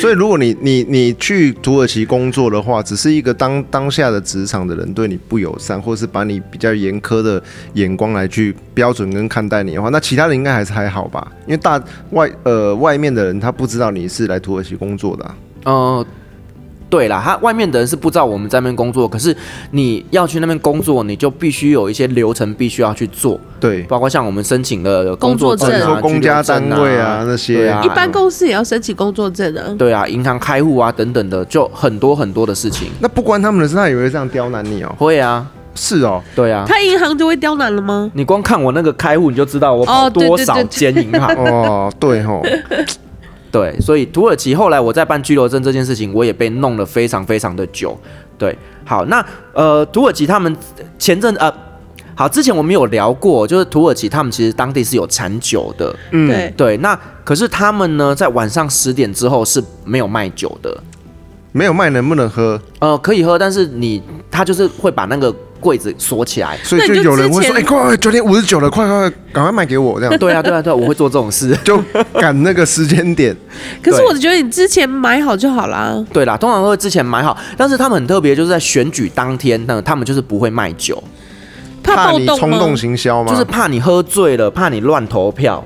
[SPEAKER 4] 所以如果你你你去土耳其工作的话，只是一个当当下的职场的人对你不友善，或是把你比较严苛的眼光来去标准跟看待你的话，那其他人应该还是还好吧？因为大外呃外面的人他不知道你是来土耳其工作的啊、
[SPEAKER 2] 呃。对啦，他外面的人是不知道我们在那边工作，可是你要去那边工作，你就必须有一些流程必须要去做，
[SPEAKER 4] 对，
[SPEAKER 2] 包括像我们申请的工作证
[SPEAKER 3] 工作证
[SPEAKER 2] 啊、
[SPEAKER 4] 说公家
[SPEAKER 2] 居留证
[SPEAKER 4] 单位啊那些
[SPEAKER 2] 对啊
[SPEAKER 3] 一般公司也要申请工作证啊。
[SPEAKER 2] 对啊，银行开户啊等等的，就很多很多的事情。
[SPEAKER 4] 那不关他们的事，他也会这样刁难你哦。
[SPEAKER 2] 会啊，
[SPEAKER 4] 是哦，
[SPEAKER 2] 对啊，
[SPEAKER 3] 他银行就会刁难了吗？
[SPEAKER 2] 你光看我那个开户，你就知道我跑
[SPEAKER 3] 哦对
[SPEAKER 2] 多
[SPEAKER 3] 对
[SPEAKER 2] 少
[SPEAKER 3] 对对
[SPEAKER 2] 间银行。
[SPEAKER 4] 哦，对吼，
[SPEAKER 2] 对，所以土耳其后来我在办居留证这件事情，我也被弄了非常非常的久。对，好，那呃，土耳其他们前阵呃，好，之前我们有聊过，就是土耳其他们其实当地是有产酒的，
[SPEAKER 4] 嗯，
[SPEAKER 3] 对，
[SPEAKER 2] 对，那可是他们呢，在晚上十点之后是没有卖酒的，
[SPEAKER 4] 没有卖能不能喝？
[SPEAKER 2] 呃，可以喝，但是你他就是会把那个柜子锁起来。，
[SPEAKER 4] 所以
[SPEAKER 3] 那
[SPEAKER 4] 就
[SPEAKER 3] 你就
[SPEAKER 4] 有人会
[SPEAKER 3] 之
[SPEAKER 4] 说，
[SPEAKER 3] 前
[SPEAKER 4] 哎，快快，九点五十九了，快快快，赶快卖给我这样
[SPEAKER 2] 对啊，对啊，对啊，我会做这种事。
[SPEAKER 4] 就赶那个时间点。
[SPEAKER 3] 可是我觉得你之前买好就好啦。
[SPEAKER 2] 对啦，通常都会之前买好，但是他们很特别，就是在选举当天，那他们就是不会卖酒，
[SPEAKER 3] 怕暴
[SPEAKER 4] 你
[SPEAKER 3] 动
[SPEAKER 4] 冲
[SPEAKER 3] 吗？
[SPEAKER 4] 动行销吗？
[SPEAKER 2] 就是怕你喝醉了，怕你乱投票，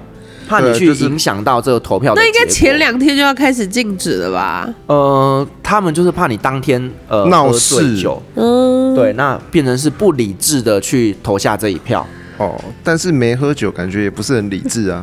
[SPEAKER 2] 怕你
[SPEAKER 4] 对
[SPEAKER 2] 去
[SPEAKER 4] 就是
[SPEAKER 2] 影响到这个投票的
[SPEAKER 3] 那应该
[SPEAKER 2] 结果
[SPEAKER 3] 前两天就要开始禁止了吧？
[SPEAKER 2] 呃，他们就是怕你当天呃
[SPEAKER 4] 闹
[SPEAKER 2] 喝醉
[SPEAKER 4] 事
[SPEAKER 2] 酒，
[SPEAKER 3] 嗯，
[SPEAKER 2] 对，那变成是不理智的去投下这一票。
[SPEAKER 4] 哦，但是没喝酒，感觉也不是很理
[SPEAKER 2] <laughs>
[SPEAKER 4] 智啊。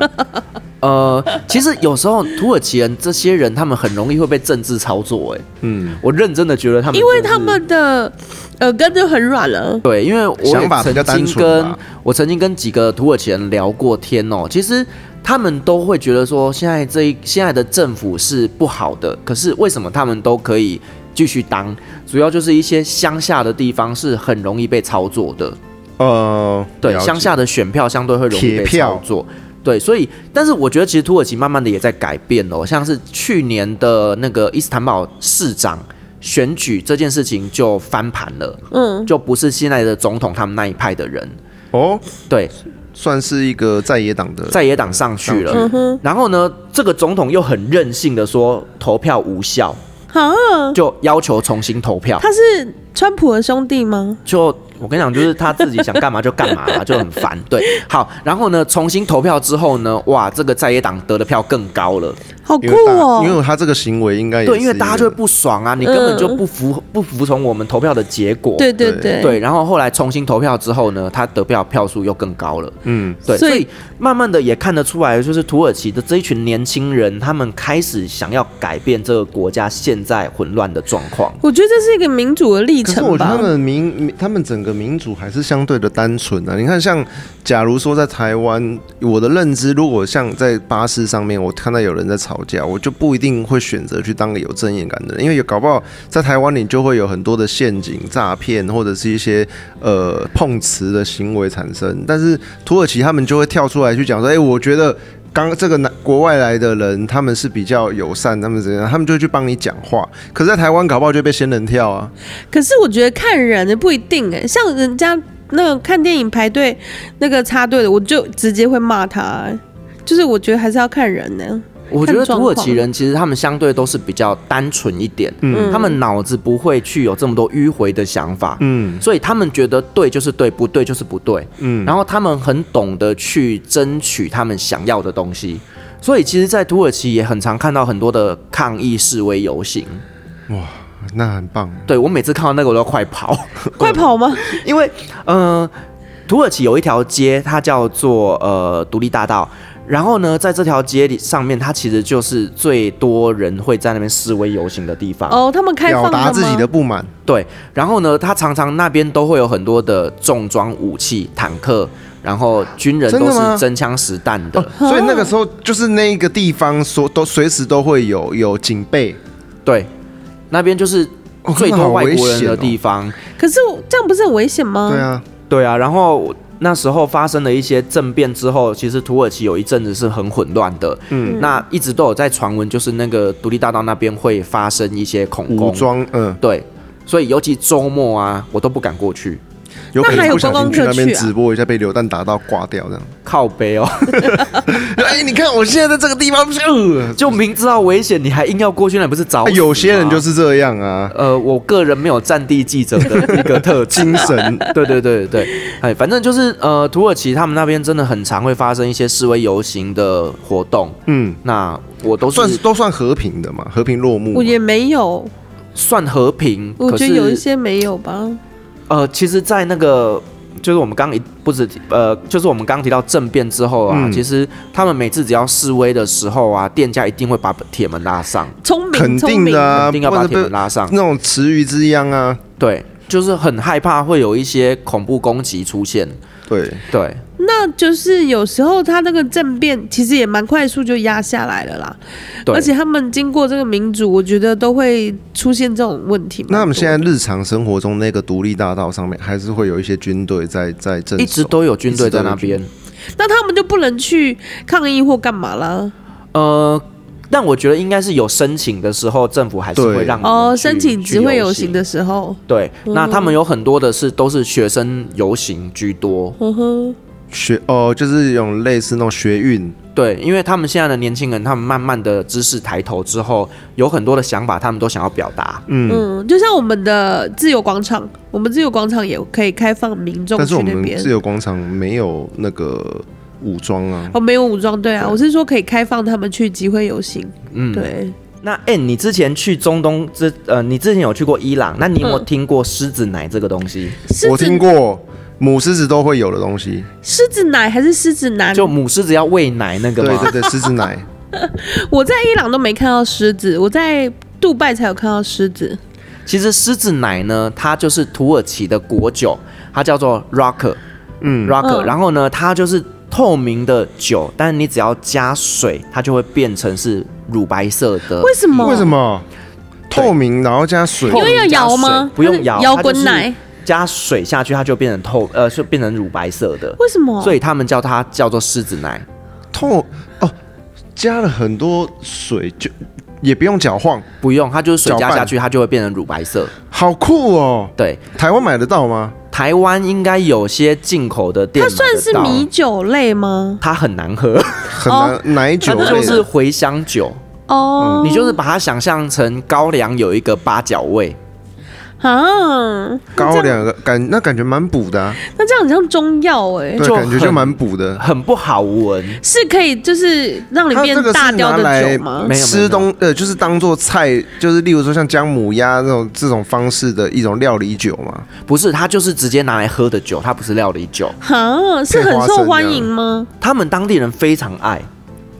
[SPEAKER 2] 呃，其实有时候土耳其人这些人，他们很容易会被政治操作、哎，
[SPEAKER 4] 嗯，
[SPEAKER 2] 我认真的觉得他们
[SPEAKER 3] 因为
[SPEAKER 2] 真的是
[SPEAKER 3] 他们的耳根就很软了。
[SPEAKER 2] 对，因为我也
[SPEAKER 4] 想法比较单
[SPEAKER 2] 曾经
[SPEAKER 4] 纯
[SPEAKER 2] 跟
[SPEAKER 4] 吧
[SPEAKER 2] 我曾经跟几个土耳其人聊过天哦，其实他们都会觉得说，现在这一现在的政府是不好的，可是为什么他们都可以继续当？主要就是一些乡下的地方是很容易被操作的，
[SPEAKER 4] 呃，
[SPEAKER 2] 对，
[SPEAKER 4] 了解
[SPEAKER 2] 乡下的选票相对会容易
[SPEAKER 4] 铁
[SPEAKER 2] 被
[SPEAKER 4] 票
[SPEAKER 2] 操作。对，所以，但是我觉得其实土耳其慢慢的也在改变哦，像是去年的那个伊斯坦堡市长选举这件事情就翻盘了，
[SPEAKER 3] 嗯，
[SPEAKER 2] 就不是现在的总统他们那一派的人，
[SPEAKER 4] 哦，
[SPEAKER 2] 对，
[SPEAKER 4] 算是一个在野党的
[SPEAKER 2] 在野党上去了。
[SPEAKER 3] 嗯哼，
[SPEAKER 2] 然后呢，这个总统又很任性的说投票无效，
[SPEAKER 3] 好，
[SPEAKER 2] 就要求重新投票。
[SPEAKER 3] 他是川普的兄弟吗？
[SPEAKER 2] 就我跟你讲，就是他自己想干嘛就干嘛啦，就很烦。对，好，然后呢，重新投票之后呢，哇，这个在野党得的票更高了。
[SPEAKER 3] 好酷
[SPEAKER 4] 因为大因
[SPEAKER 3] 哦！
[SPEAKER 4] 为他这个行为应该也
[SPEAKER 2] 对，
[SPEAKER 4] 是
[SPEAKER 2] 因为
[SPEAKER 4] 一
[SPEAKER 2] 大家
[SPEAKER 4] 个
[SPEAKER 2] 就会不爽啊，你根本就不服、不服从我们投票的结果。
[SPEAKER 3] 对对
[SPEAKER 4] 对
[SPEAKER 3] 对，
[SPEAKER 2] 对，然后后来重新投票之后呢，他得票票数又更高了。
[SPEAKER 4] 嗯，
[SPEAKER 2] 对，所
[SPEAKER 3] 所
[SPEAKER 2] 以
[SPEAKER 3] 以
[SPEAKER 2] 慢慢的也看得出来，就是土耳其的这一群年轻人，他们开始想要改变这个国家现在混乱的状况。
[SPEAKER 3] 我觉得这是一个民主的历
[SPEAKER 4] 可是我
[SPEAKER 3] 程
[SPEAKER 4] 觉得他
[SPEAKER 3] 吧。
[SPEAKER 4] 们民，他们整个民主还是相对的单纯啊。你看，像假如说在台湾，我的认知，如果像在巴士上面，我看到有人在吵架，我就不一定会选择去当个有正义感的人，因为有搞不好在台湾你就会有很多的陷阱、诈骗或者是一些呃碰瓷的行为产生。但是土耳其他们就会跳出来去讲说，哎、我觉得。刚这个南国外来的人，他们是比较友善，他们怎样，他们就会去帮你讲话。可是，在台湾搞不好就被仙人跳啊。
[SPEAKER 3] 可是我觉得看人不一定哎，像人家那个看电影排队那个插队的，我就直接会骂他欸。就是我觉得还是要看人呢。
[SPEAKER 2] 我觉得
[SPEAKER 3] 看状
[SPEAKER 2] 土
[SPEAKER 3] 况
[SPEAKER 2] 耳其人其实他们相对都是比较单纯一点，
[SPEAKER 4] 嗯
[SPEAKER 2] 他们脑子不会去有这么多迂回的想法，
[SPEAKER 4] 嗯
[SPEAKER 2] 所以他们觉得对就是对，不对就是不对。
[SPEAKER 4] 嗯，
[SPEAKER 2] 然后他们很懂得去争取他们想要的东西，所以其实，在土耳其也很常看到很多的抗议示威游行。
[SPEAKER 4] 那很棒。
[SPEAKER 2] 对我每次看到那个我都快跑，
[SPEAKER 3] 快跑吗？
[SPEAKER 2] 因为呃，土耳其有一条街，它叫做呃独立大道。然后呢，在这条街里上面，它其实就是最多人会在那边示威游行的地方。
[SPEAKER 3] 哦，他们开放了
[SPEAKER 4] 表达
[SPEAKER 3] 吗？哦
[SPEAKER 4] 自己的不满，
[SPEAKER 2] 对，然后呢，它常常那边都会有很多的重装武器、坦克，然后军人
[SPEAKER 4] 真
[SPEAKER 2] 都
[SPEAKER 4] 的吗
[SPEAKER 2] 是真枪实弹的。
[SPEAKER 4] 所以那个时候就是那一个地方所都随时都会有有警备，
[SPEAKER 2] 对，那边就是
[SPEAKER 4] 哦
[SPEAKER 2] 最
[SPEAKER 4] 那
[SPEAKER 2] 多
[SPEAKER 4] 好
[SPEAKER 2] 外
[SPEAKER 4] 危
[SPEAKER 2] 国人
[SPEAKER 4] 险
[SPEAKER 2] 的
[SPEAKER 4] 哦
[SPEAKER 2] 地方。
[SPEAKER 3] 可是我这样不是很危险吗？
[SPEAKER 4] 对啊，
[SPEAKER 2] 对啊，然后那时候发生了一些政变之后，其实土耳其有一阵子是很混乱的。嗯，那一直都有在传闻，就是那个独立大道那边会发生一些恐
[SPEAKER 4] 武
[SPEAKER 2] 攻。
[SPEAKER 4] 装，嗯，
[SPEAKER 2] 对，所以尤其周末啊，我都不敢过去
[SPEAKER 4] 有可能不小
[SPEAKER 3] 那还有观
[SPEAKER 4] 心
[SPEAKER 3] 光
[SPEAKER 4] 去那
[SPEAKER 3] 客
[SPEAKER 4] 边
[SPEAKER 3] 去啊
[SPEAKER 4] 直播一下，被榴弹打到挂掉这样。
[SPEAKER 2] 靠背哦。
[SPEAKER 4] 哎，你看我现在在这个地方， <laughs> 呃
[SPEAKER 2] <laughs> 就明知道危险，你还硬要过去，那你不是找、
[SPEAKER 4] 啊有些人就。是这样啊，
[SPEAKER 2] 呃，我个人没有战地记者的一个
[SPEAKER 4] <laughs>
[SPEAKER 2] 特质，
[SPEAKER 4] 精神。
[SPEAKER 2] 对对对对，哎，反正就是呃，土耳其他们那边真的很常会发生一些示威游行的活动。
[SPEAKER 4] 嗯，
[SPEAKER 2] 那我都
[SPEAKER 4] 算
[SPEAKER 2] 是
[SPEAKER 4] 都算和平的嘛，和平落幕嘛。
[SPEAKER 3] 我也没有，
[SPEAKER 2] 算和平，
[SPEAKER 3] 我
[SPEAKER 2] 可
[SPEAKER 3] 觉
[SPEAKER 2] 是
[SPEAKER 3] 得有一些没有吧。
[SPEAKER 2] 呃，其实，在那个就是我们刚一不止提呃，就是我们刚提到政变之后啊，
[SPEAKER 4] 嗯
[SPEAKER 2] 其实他们每次只要示威的时候啊，店家一定会把铁门拉上，
[SPEAKER 3] 聪明，
[SPEAKER 4] 肯
[SPEAKER 3] 聪
[SPEAKER 4] 定
[SPEAKER 3] 明
[SPEAKER 4] 的啊，
[SPEAKER 2] 一定要
[SPEAKER 4] 不
[SPEAKER 2] 把
[SPEAKER 4] 然
[SPEAKER 2] 铁门
[SPEAKER 4] 被
[SPEAKER 2] 拉上。
[SPEAKER 4] 那种池鱼之殃啊。
[SPEAKER 2] 对，就是很害怕会有一些恐怖攻击出现。
[SPEAKER 4] 对，
[SPEAKER 2] 对，
[SPEAKER 3] 那就是有时候他那个政变其实也蛮快速就压下来了啦，
[SPEAKER 2] 对，
[SPEAKER 3] 而且他们经过这个民主，我觉得都会出现这种问题蛮多。
[SPEAKER 4] 那我们现在日常生活中那个独立大道上面，还是会有一些军队在在镇守，
[SPEAKER 2] 一直都有军队在那
[SPEAKER 4] 一直都有
[SPEAKER 2] 边
[SPEAKER 4] 军。
[SPEAKER 3] 那他们就不能去抗议或干嘛啦？
[SPEAKER 2] 呃，但我觉得应该是有申请的时候，政府还是
[SPEAKER 4] 对
[SPEAKER 2] 会让你们
[SPEAKER 3] 哦，
[SPEAKER 2] 去
[SPEAKER 3] 申请
[SPEAKER 2] 去
[SPEAKER 3] 集会游
[SPEAKER 2] 游
[SPEAKER 3] 行。的嗯时候，
[SPEAKER 2] 对，那他们有很多的是都是学生游行居多。
[SPEAKER 3] 呵呵，
[SPEAKER 4] 学哦，就是有类似那种学运，
[SPEAKER 2] 对，因为他们现在的年轻人，他们慢慢的知识抬头之后，有很多的想法，他们都想要表达。
[SPEAKER 3] 嗯，就像我们的自由广场，我们自由广场也可以开放民众
[SPEAKER 4] 但是
[SPEAKER 3] 去
[SPEAKER 4] 我
[SPEAKER 3] 那
[SPEAKER 4] 们
[SPEAKER 3] 边
[SPEAKER 4] 自。由广场没有那个武装啊。
[SPEAKER 3] 哦，没有武装，对啊，我是说可以开放他们去集会游行，
[SPEAKER 2] 嗯，。
[SPEAKER 3] 对，
[SPEAKER 2] 那 N，、你之前去中东之呃，你之前有去过伊朗，那你有没有
[SPEAKER 3] 嗯
[SPEAKER 2] 听过狮子奶这个东西？
[SPEAKER 3] 狮
[SPEAKER 4] 我
[SPEAKER 3] 子
[SPEAKER 4] 听过母狮子都会有的东西，
[SPEAKER 3] 狮子奶还是狮子男？
[SPEAKER 2] 就母狮子要喂奶那个
[SPEAKER 4] 对
[SPEAKER 2] 吗？
[SPEAKER 4] 对对，狮子奶。
[SPEAKER 3] 我在伊朗都没看到狮子，我在杜拜才有看到狮子。
[SPEAKER 2] 其实狮子奶呢，它就是土耳其的国酒，它叫做 Rock，嗯，Rock，、
[SPEAKER 3] 嗯
[SPEAKER 2] 然后呢，它就是透明的酒，但你只要加水，它就会变成是乳白色的。
[SPEAKER 3] <laughs> 为什么？
[SPEAKER 4] 为什？么？透明然后加水
[SPEAKER 2] 透，
[SPEAKER 3] 因为要
[SPEAKER 2] 明加
[SPEAKER 3] 摇
[SPEAKER 2] 水
[SPEAKER 3] 吗？
[SPEAKER 2] 不用摇，
[SPEAKER 3] 摇
[SPEAKER 2] 它就
[SPEAKER 3] 滚
[SPEAKER 2] 是
[SPEAKER 3] 奶。
[SPEAKER 2] 加水下去，它就变成透，呃，就变成乳白色的。
[SPEAKER 3] 为什么？
[SPEAKER 2] 所以他们叫它叫做狮子奶，
[SPEAKER 4] 透哦，加了很多水就也不用搅晃，
[SPEAKER 2] 不用，它就是水
[SPEAKER 4] 搅
[SPEAKER 2] 加
[SPEAKER 4] 拌
[SPEAKER 2] 下去，它就会变成乳白色。
[SPEAKER 4] 好酷哦！
[SPEAKER 2] 对，
[SPEAKER 4] 台湾买得到吗？
[SPEAKER 2] 台湾应该有些进口的店
[SPEAKER 3] 它
[SPEAKER 2] 买得到，
[SPEAKER 3] 算是米酒类吗？
[SPEAKER 2] 它很难喝，
[SPEAKER 4] 很难、奶
[SPEAKER 2] 它
[SPEAKER 4] <laughs> 酒类
[SPEAKER 2] 就
[SPEAKER 4] 的
[SPEAKER 2] 是茴香酒。
[SPEAKER 3] 哦，
[SPEAKER 2] 嗯你就是把它想象成高粱有一个八角味，
[SPEAKER 3] 啊，
[SPEAKER 4] 高粱的感那感觉蛮补的、啊，
[SPEAKER 3] 那这样很像中药哎、
[SPEAKER 4] 对，
[SPEAKER 2] 就
[SPEAKER 4] 感觉就
[SPEAKER 2] 很
[SPEAKER 4] 蛮补的。
[SPEAKER 2] 很不好闻。
[SPEAKER 3] 是可以就是让你
[SPEAKER 4] 它
[SPEAKER 3] 变
[SPEAKER 4] 这个
[SPEAKER 3] 大
[SPEAKER 4] 是
[SPEAKER 3] 掉
[SPEAKER 4] 拿
[SPEAKER 3] 的
[SPEAKER 4] 来
[SPEAKER 3] 酒吗
[SPEAKER 2] 没？有
[SPEAKER 4] 吃东呃，就是当做菜，就是例如说像姜母鸭那种这种方式的一种料理酒嘛。
[SPEAKER 2] 不是，它就是直接拿来喝的酒，它不是料理酒。
[SPEAKER 3] 啊，是很受欢迎吗？
[SPEAKER 2] 他们当地人非常爱。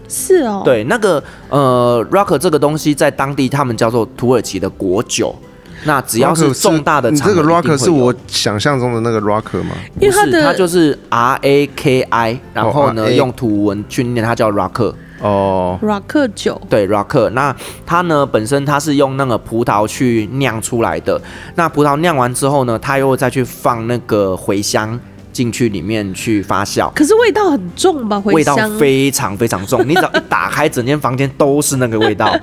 [SPEAKER 3] 是哦，，
[SPEAKER 2] 对，那个呃，rock 这个东西在当地他们叫做土耳其的国酒。那只要
[SPEAKER 4] Rocker
[SPEAKER 2] 是重大的
[SPEAKER 4] 你
[SPEAKER 2] 场合，
[SPEAKER 4] 这个
[SPEAKER 2] 一定
[SPEAKER 4] rocker
[SPEAKER 2] 会
[SPEAKER 4] 是
[SPEAKER 2] 有
[SPEAKER 4] 我想象中的那个 rocker 吗？
[SPEAKER 3] 因为
[SPEAKER 2] 不
[SPEAKER 3] 它
[SPEAKER 2] 是，
[SPEAKER 3] 的
[SPEAKER 2] 它就是 R A K I，然后呢、
[SPEAKER 4] 哦，RA
[SPEAKER 2] 用图文去念，它叫 rock。
[SPEAKER 4] 哦，
[SPEAKER 3] 软克酒，
[SPEAKER 2] 对 rock，那它呢本身它是用那个葡萄去酿出来的，那葡萄酿完之后呢，它又再去放那个茴香进去里面去发酵，
[SPEAKER 3] 可是味道很重吧？茴
[SPEAKER 2] 味道
[SPEAKER 3] 香
[SPEAKER 2] 非常非常重，你只要一打开，整间房间都是那个味道。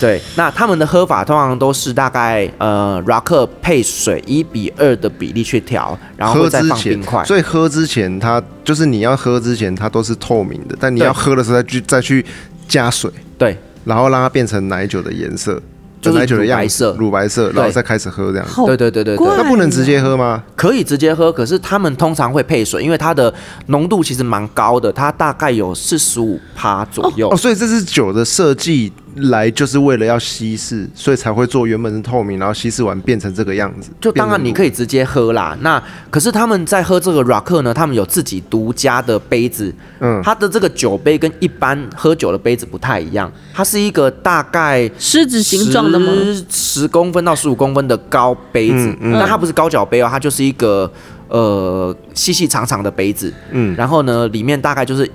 [SPEAKER 2] 对，那他们的喝法通常都是大概呃 rock 配水一比二的比例去调，然后
[SPEAKER 4] 喝
[SPEAKER 2] 会再
[SPEAKER 4] 之
[SPEAKER 2] 放
[SPEAKER 4] 前
[SPEAKER 2] 冰块，。
[SPEAKER 4] 所以喝之前它就是你要喝之前它都是透明的，但你要喝的时候再去再去加水，
[SPEAKER 2] 对，
[SPEAKER 4] 然后让它变成奶酒的颜色，
[SPEAKER 2] 就是
[SPEAKER 4] 奶酒的样子
[SPEAKER 2] 乳白色
[SPEAKER 4] 乳白色，然后
[SPEAKER 2] 对
[SPEAKER 4] 再开始喝这样。
[SPEAKER 3] 好
[SPEAKER 2] 对对对对对
[SPEAKER 3] 怪哦
[SPEAKER 4] 那不能直接喝吗？
[SPEAKER 2] 可以直接喝，可是他们通常会配水，因为它的浓度其实蛮高的，它大概有四十五趴左右。
[SPEAKER 4] 哦，所以这支酒的设计来就是为了要稀释，所以才会做原本是透明，然后稀释完变成这个样子。
[SPEAKER 2] 就当然你可
[SPEAKER 4] 以
[SPEAKER 2] 以直接喝啦，那可是他们在喝这个 rock 呢，他们有自己独家的杯子，
[SPEAKER 4] 嗯
[SPEAKER 2] 它的这个酒杯跟一般喝酒的杯子不太一样，它是一个大概
[SPEAKER 3] 狮子形状的吗？
[SPEAKER 2] 十十公分到十五公分的高杯子，
[SPEAKER 4] 嗯
[SPEAKER 2] 那它不是高脚杯哦，它就是一个呃细细长长的杯子，嗯，然后呢里面大概就是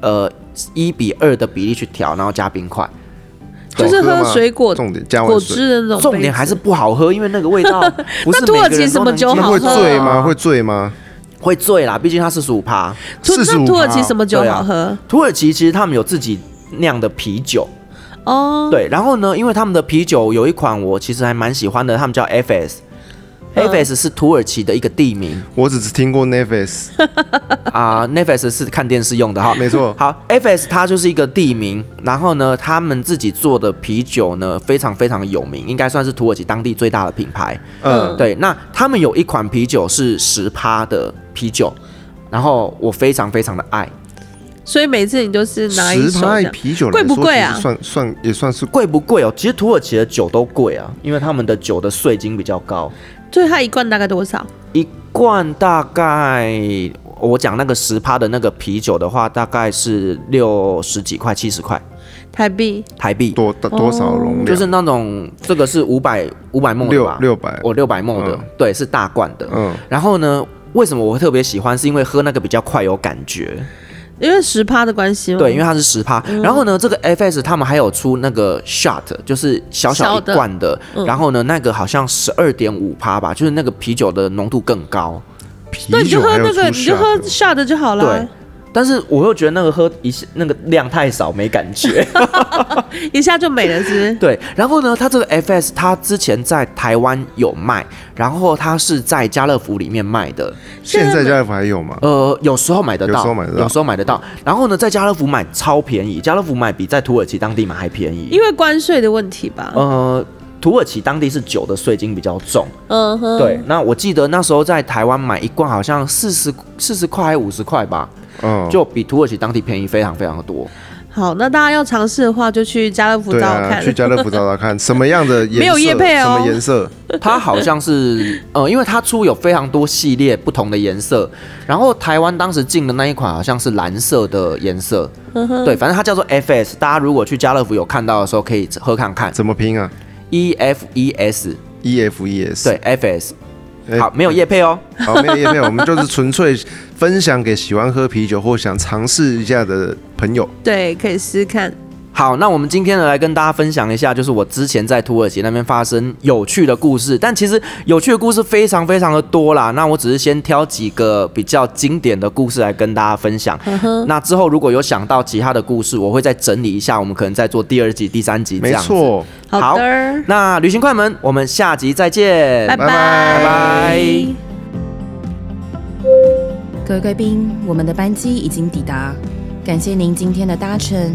[SPEAKER 2] 呃一比二的比例去调，然后加冰块。
[SPEAKER 3] 就是
[SPEAKER 4] 好
[SPEAKER 3] 喝
[SPEAKER 4] 吗
[SPEAKER 3] 水果
[SPEAKER 4] 重点加
[SPEAKER 3] 果
[SPEAKER 4] 完水，
[SPEAKER 3] 汁的那种杯子，
[SPEAKER 2] 重点还是不好喝，因为那个味
[SPEAKER 3] <laughs>
[SPEAKER 2] 道不是
[SPEAKER 3] 那土耳
[SPEAKER 2] 每个
[SPEAKER 3] 其
[SPEAKER 2] 人
[SPEAKER 3] 什
[SPEAKER 2] 都
[SPEAKER 3] 么
[SPEAKER 2] 能
[SPEAKER 3] 酒
[SPEAKER 2] 接受
[SPEAKER 3] 好
[SPEAKER 4] 那会
[SPEAKER 3] 喝
[SPEAKER 4] 醉
[SPEAKER 3] 啊
[SPEAKER 4] 吗？会醉吗？
[SPEAKER 2] 会醉啦，毕竟它四十五趴。
[SPEAKER 3] 土那
[SPEAKER 4] 45
[SPEAKER 3] 土耳其
[SPEAKER 4] 趴
[SPEAKER 3] 什么酒
[SPEAKER 2] 对啊
[SPEAKER 3] 好喝？
[SPEAKER 2] 土耳其其实他们有自己酿的啤酒，
[SPEAKER 3] 哦，
[SPEAKER 2] 对，然后呢，因为他们的啤酒有一款我其实还蛮喜欢的，他们叫 FS。Efes
[SPEAKER 3] 嗯
[SPEAKER 2] 是土耳其的一个地名
[SPEAKER 4] 我只是听过
[SPEAKER 3] <laughs>
[SPEAKER 4] Nevis，
[SPEAKER 2] 啊、n e f e s 是看电视用的哈，
[SPEAKER 4] 没错
[SPEAKER 2] 好，Efes 它就是一个地名，然后呢，他们自己做的啤酒呢非常非常有名，应该算是土耳其当地最大的品牌。
[SPEAKER 4] 嗯，
[SPEAKER 2] 对，那他们有一款啤酒是十趴的啤酒，然后我非常非常的爱，
[SPEAKER 3] 所以每次你就是拿一
[SPEAKER 4] 十
[SPEAKER 3] 手这
[SPEAKER 4] 趴
[SPEAKER 3] 样，
[SPEAKER 4] 啤酒来
[SPEAKER 3] 贵不
[SPEAKER 4] 说
[SPEAKER 3] 贵
[SPEAKER 4] 其实
[SPEAKER 3] 啊
[SPEAKER 4] 算算也算是
[SPEAKER 2] 贵不贵哦？其实土耳其的酒都贵啊，因为他们的酒的税金比较高，
[SPEAKER 3] 所以它一罐大概多少？
[SPEAKER 2] 一罐大概我讲那个十趴的那个啤酒的话，大概是六十几块、七十块，
[SPEAKER 3] 台币，
[SPEAKER 2] 台币，
[SPEAKER 4] 多
[SPEAKER 3] 哦
[SPEAKER 4] 多少容量？
[SPEAKER 2] 就是那种这个是五百五百梦
[SPEAKER 4] 六
[SPEAKER 2] 吧，
[SPEAKER 4] 六百
[SPEAKER 2] 我六百梦的
[SPEAKER 4] 嗯，
[SPEAKER 2] 对，是大罐的。
[SPEAKER 4] 嗯，
[SPEAKER 2] 然后呢，为什么我会特别喜欢？是因为喝那个比较快有感觉，
[SPEAKER 4] 嗯
[SPEAKER 3] 因为十趴的关系嘛。
[SPEAKER 2] 对，因为它是十趴。然后呢，这个 FS 他们还有出那个 shot，就是小小
[SPEAKER 3] 小
[SPEAKER 2] 一
[SPEAKER 3] 的
[SPEAKER 2] 罐的。
[SPEAKER 4] 嗯
[SPEAKER 2] 然后呢，那个好像十二点五趴吧，就是那个啤酒的浓度更高。
[SPEAKER 4] 啤
[SPEAKER 3] 对，你就
[SPEAKER 4] 酒
[SPEAKER 3] 喝
[SPEAKER 4] 还有
[SPEAKER 3] 那个，
[SPEAKER 4] 出
[SPEAKER 3] 你就喝
[SPEAKER 4] shot 的
[SPEAKER 3] shot 就好
[SPEAKER 2] 对
[SPEAKER 3] 了，。啊
[SPEAKER 2] 但是我又觉得那个喝一那个量太少，没感觉。
[SPEAKER 3] 一下就没了，是
[SPEAKER 2] <laughs>
[SPEAKER 3] 不是？
[SPEAKER 2] 对，然后呢，它这个 FS 它之前在台湾有卖，然后它是在家乐福里面卖的，
[SPEAKER 4] 现在家乐福还有吗？
[SPEAKER 2] 呃，有时候买得到，
[SPEAKER 4] 有时候买得到
[SPEAKER 2] 有时候买得到然后呢，在家乐福买超便宜，家乐福买比在土耳其当地买还便宜
[SPEAKER 3] 因，为关税的问题吧。
[SPEAKER 2] 呃。土耳其当地是酒的税金比较重，
[SPEAKER 3] 嗯哼，
[SPEAKER 2] 对。那我记得那时候在台湾买一罐好像四十四十块还五十块吧，
[SPEAKER 4] 嗯，
[SPEAKER 2] 就比土耳其当地便宜非常非常的多。
[SPEAKER 3] 好，那大家要尝试的话，就去家乐福
[SPEAKER 4] 对
[SPEAKER 3] 找我
[SPEAKER 4] 啊，
[SPEAKER 3] 看。
[SPEAKER 4] 去家乐福找找看什么样的颜色，
[SPEAKER 3] <laughs> 没有业配哦
[SPEAKER 4] 什么颜色？
[SPEAKER 2] 它好像是呃，因为它出有非常多系列不同的颜色，然后台湾当时进的那一款好像是蓝色的颜色，对，反正它叫做 FS。大家如果去家乐福有看到的时候，可以喝看看
[SPEAKER 4] 怎么拼啊
[SPEAKER 2] E F E S，
[SPEAKER 4] ？E F E S
[SPEAKER 2] 对 FS。
[SPEAKER 4] 哎
[SPEAKER 2] 好，没有叶配哦，
[SPEAKER 4] 好，没有叶配，我们就是纯粹分享给喜欢喝啤酒或想尝试一下的朋友。
[SPEAKER 3] 对，可以试试看。
[SPEAKER 2] 好，那我们今天呢来跟大家分享一下，就是我之前在土耳其那边发生有趣的故事。但其实有趣的故事非常非常的多啦，那我只是先挑几个比较经典的故事来跟大家分享。
[SPEAKER 4] 嗯
[SPEAKER 2] 那之后如果有想到其他的故事，我会再整理一下，我们可能再做第二集、第三集这
[SPEAKER 4] 没
[SPEAKER 2] 样子。
[SPEAKER 4] 错，
[SPEAKER 3] 好的，
[SPEAKER 2] 那旅行快门，我们下集再见，
[SPEAKER 3] 拜
[SPEAKER 4] 拜拜
[SPEAKER 2] 拜
[SPEAKER 1] 各位贵宾，我们的班机已经抵达，感谢您今天的搭乘。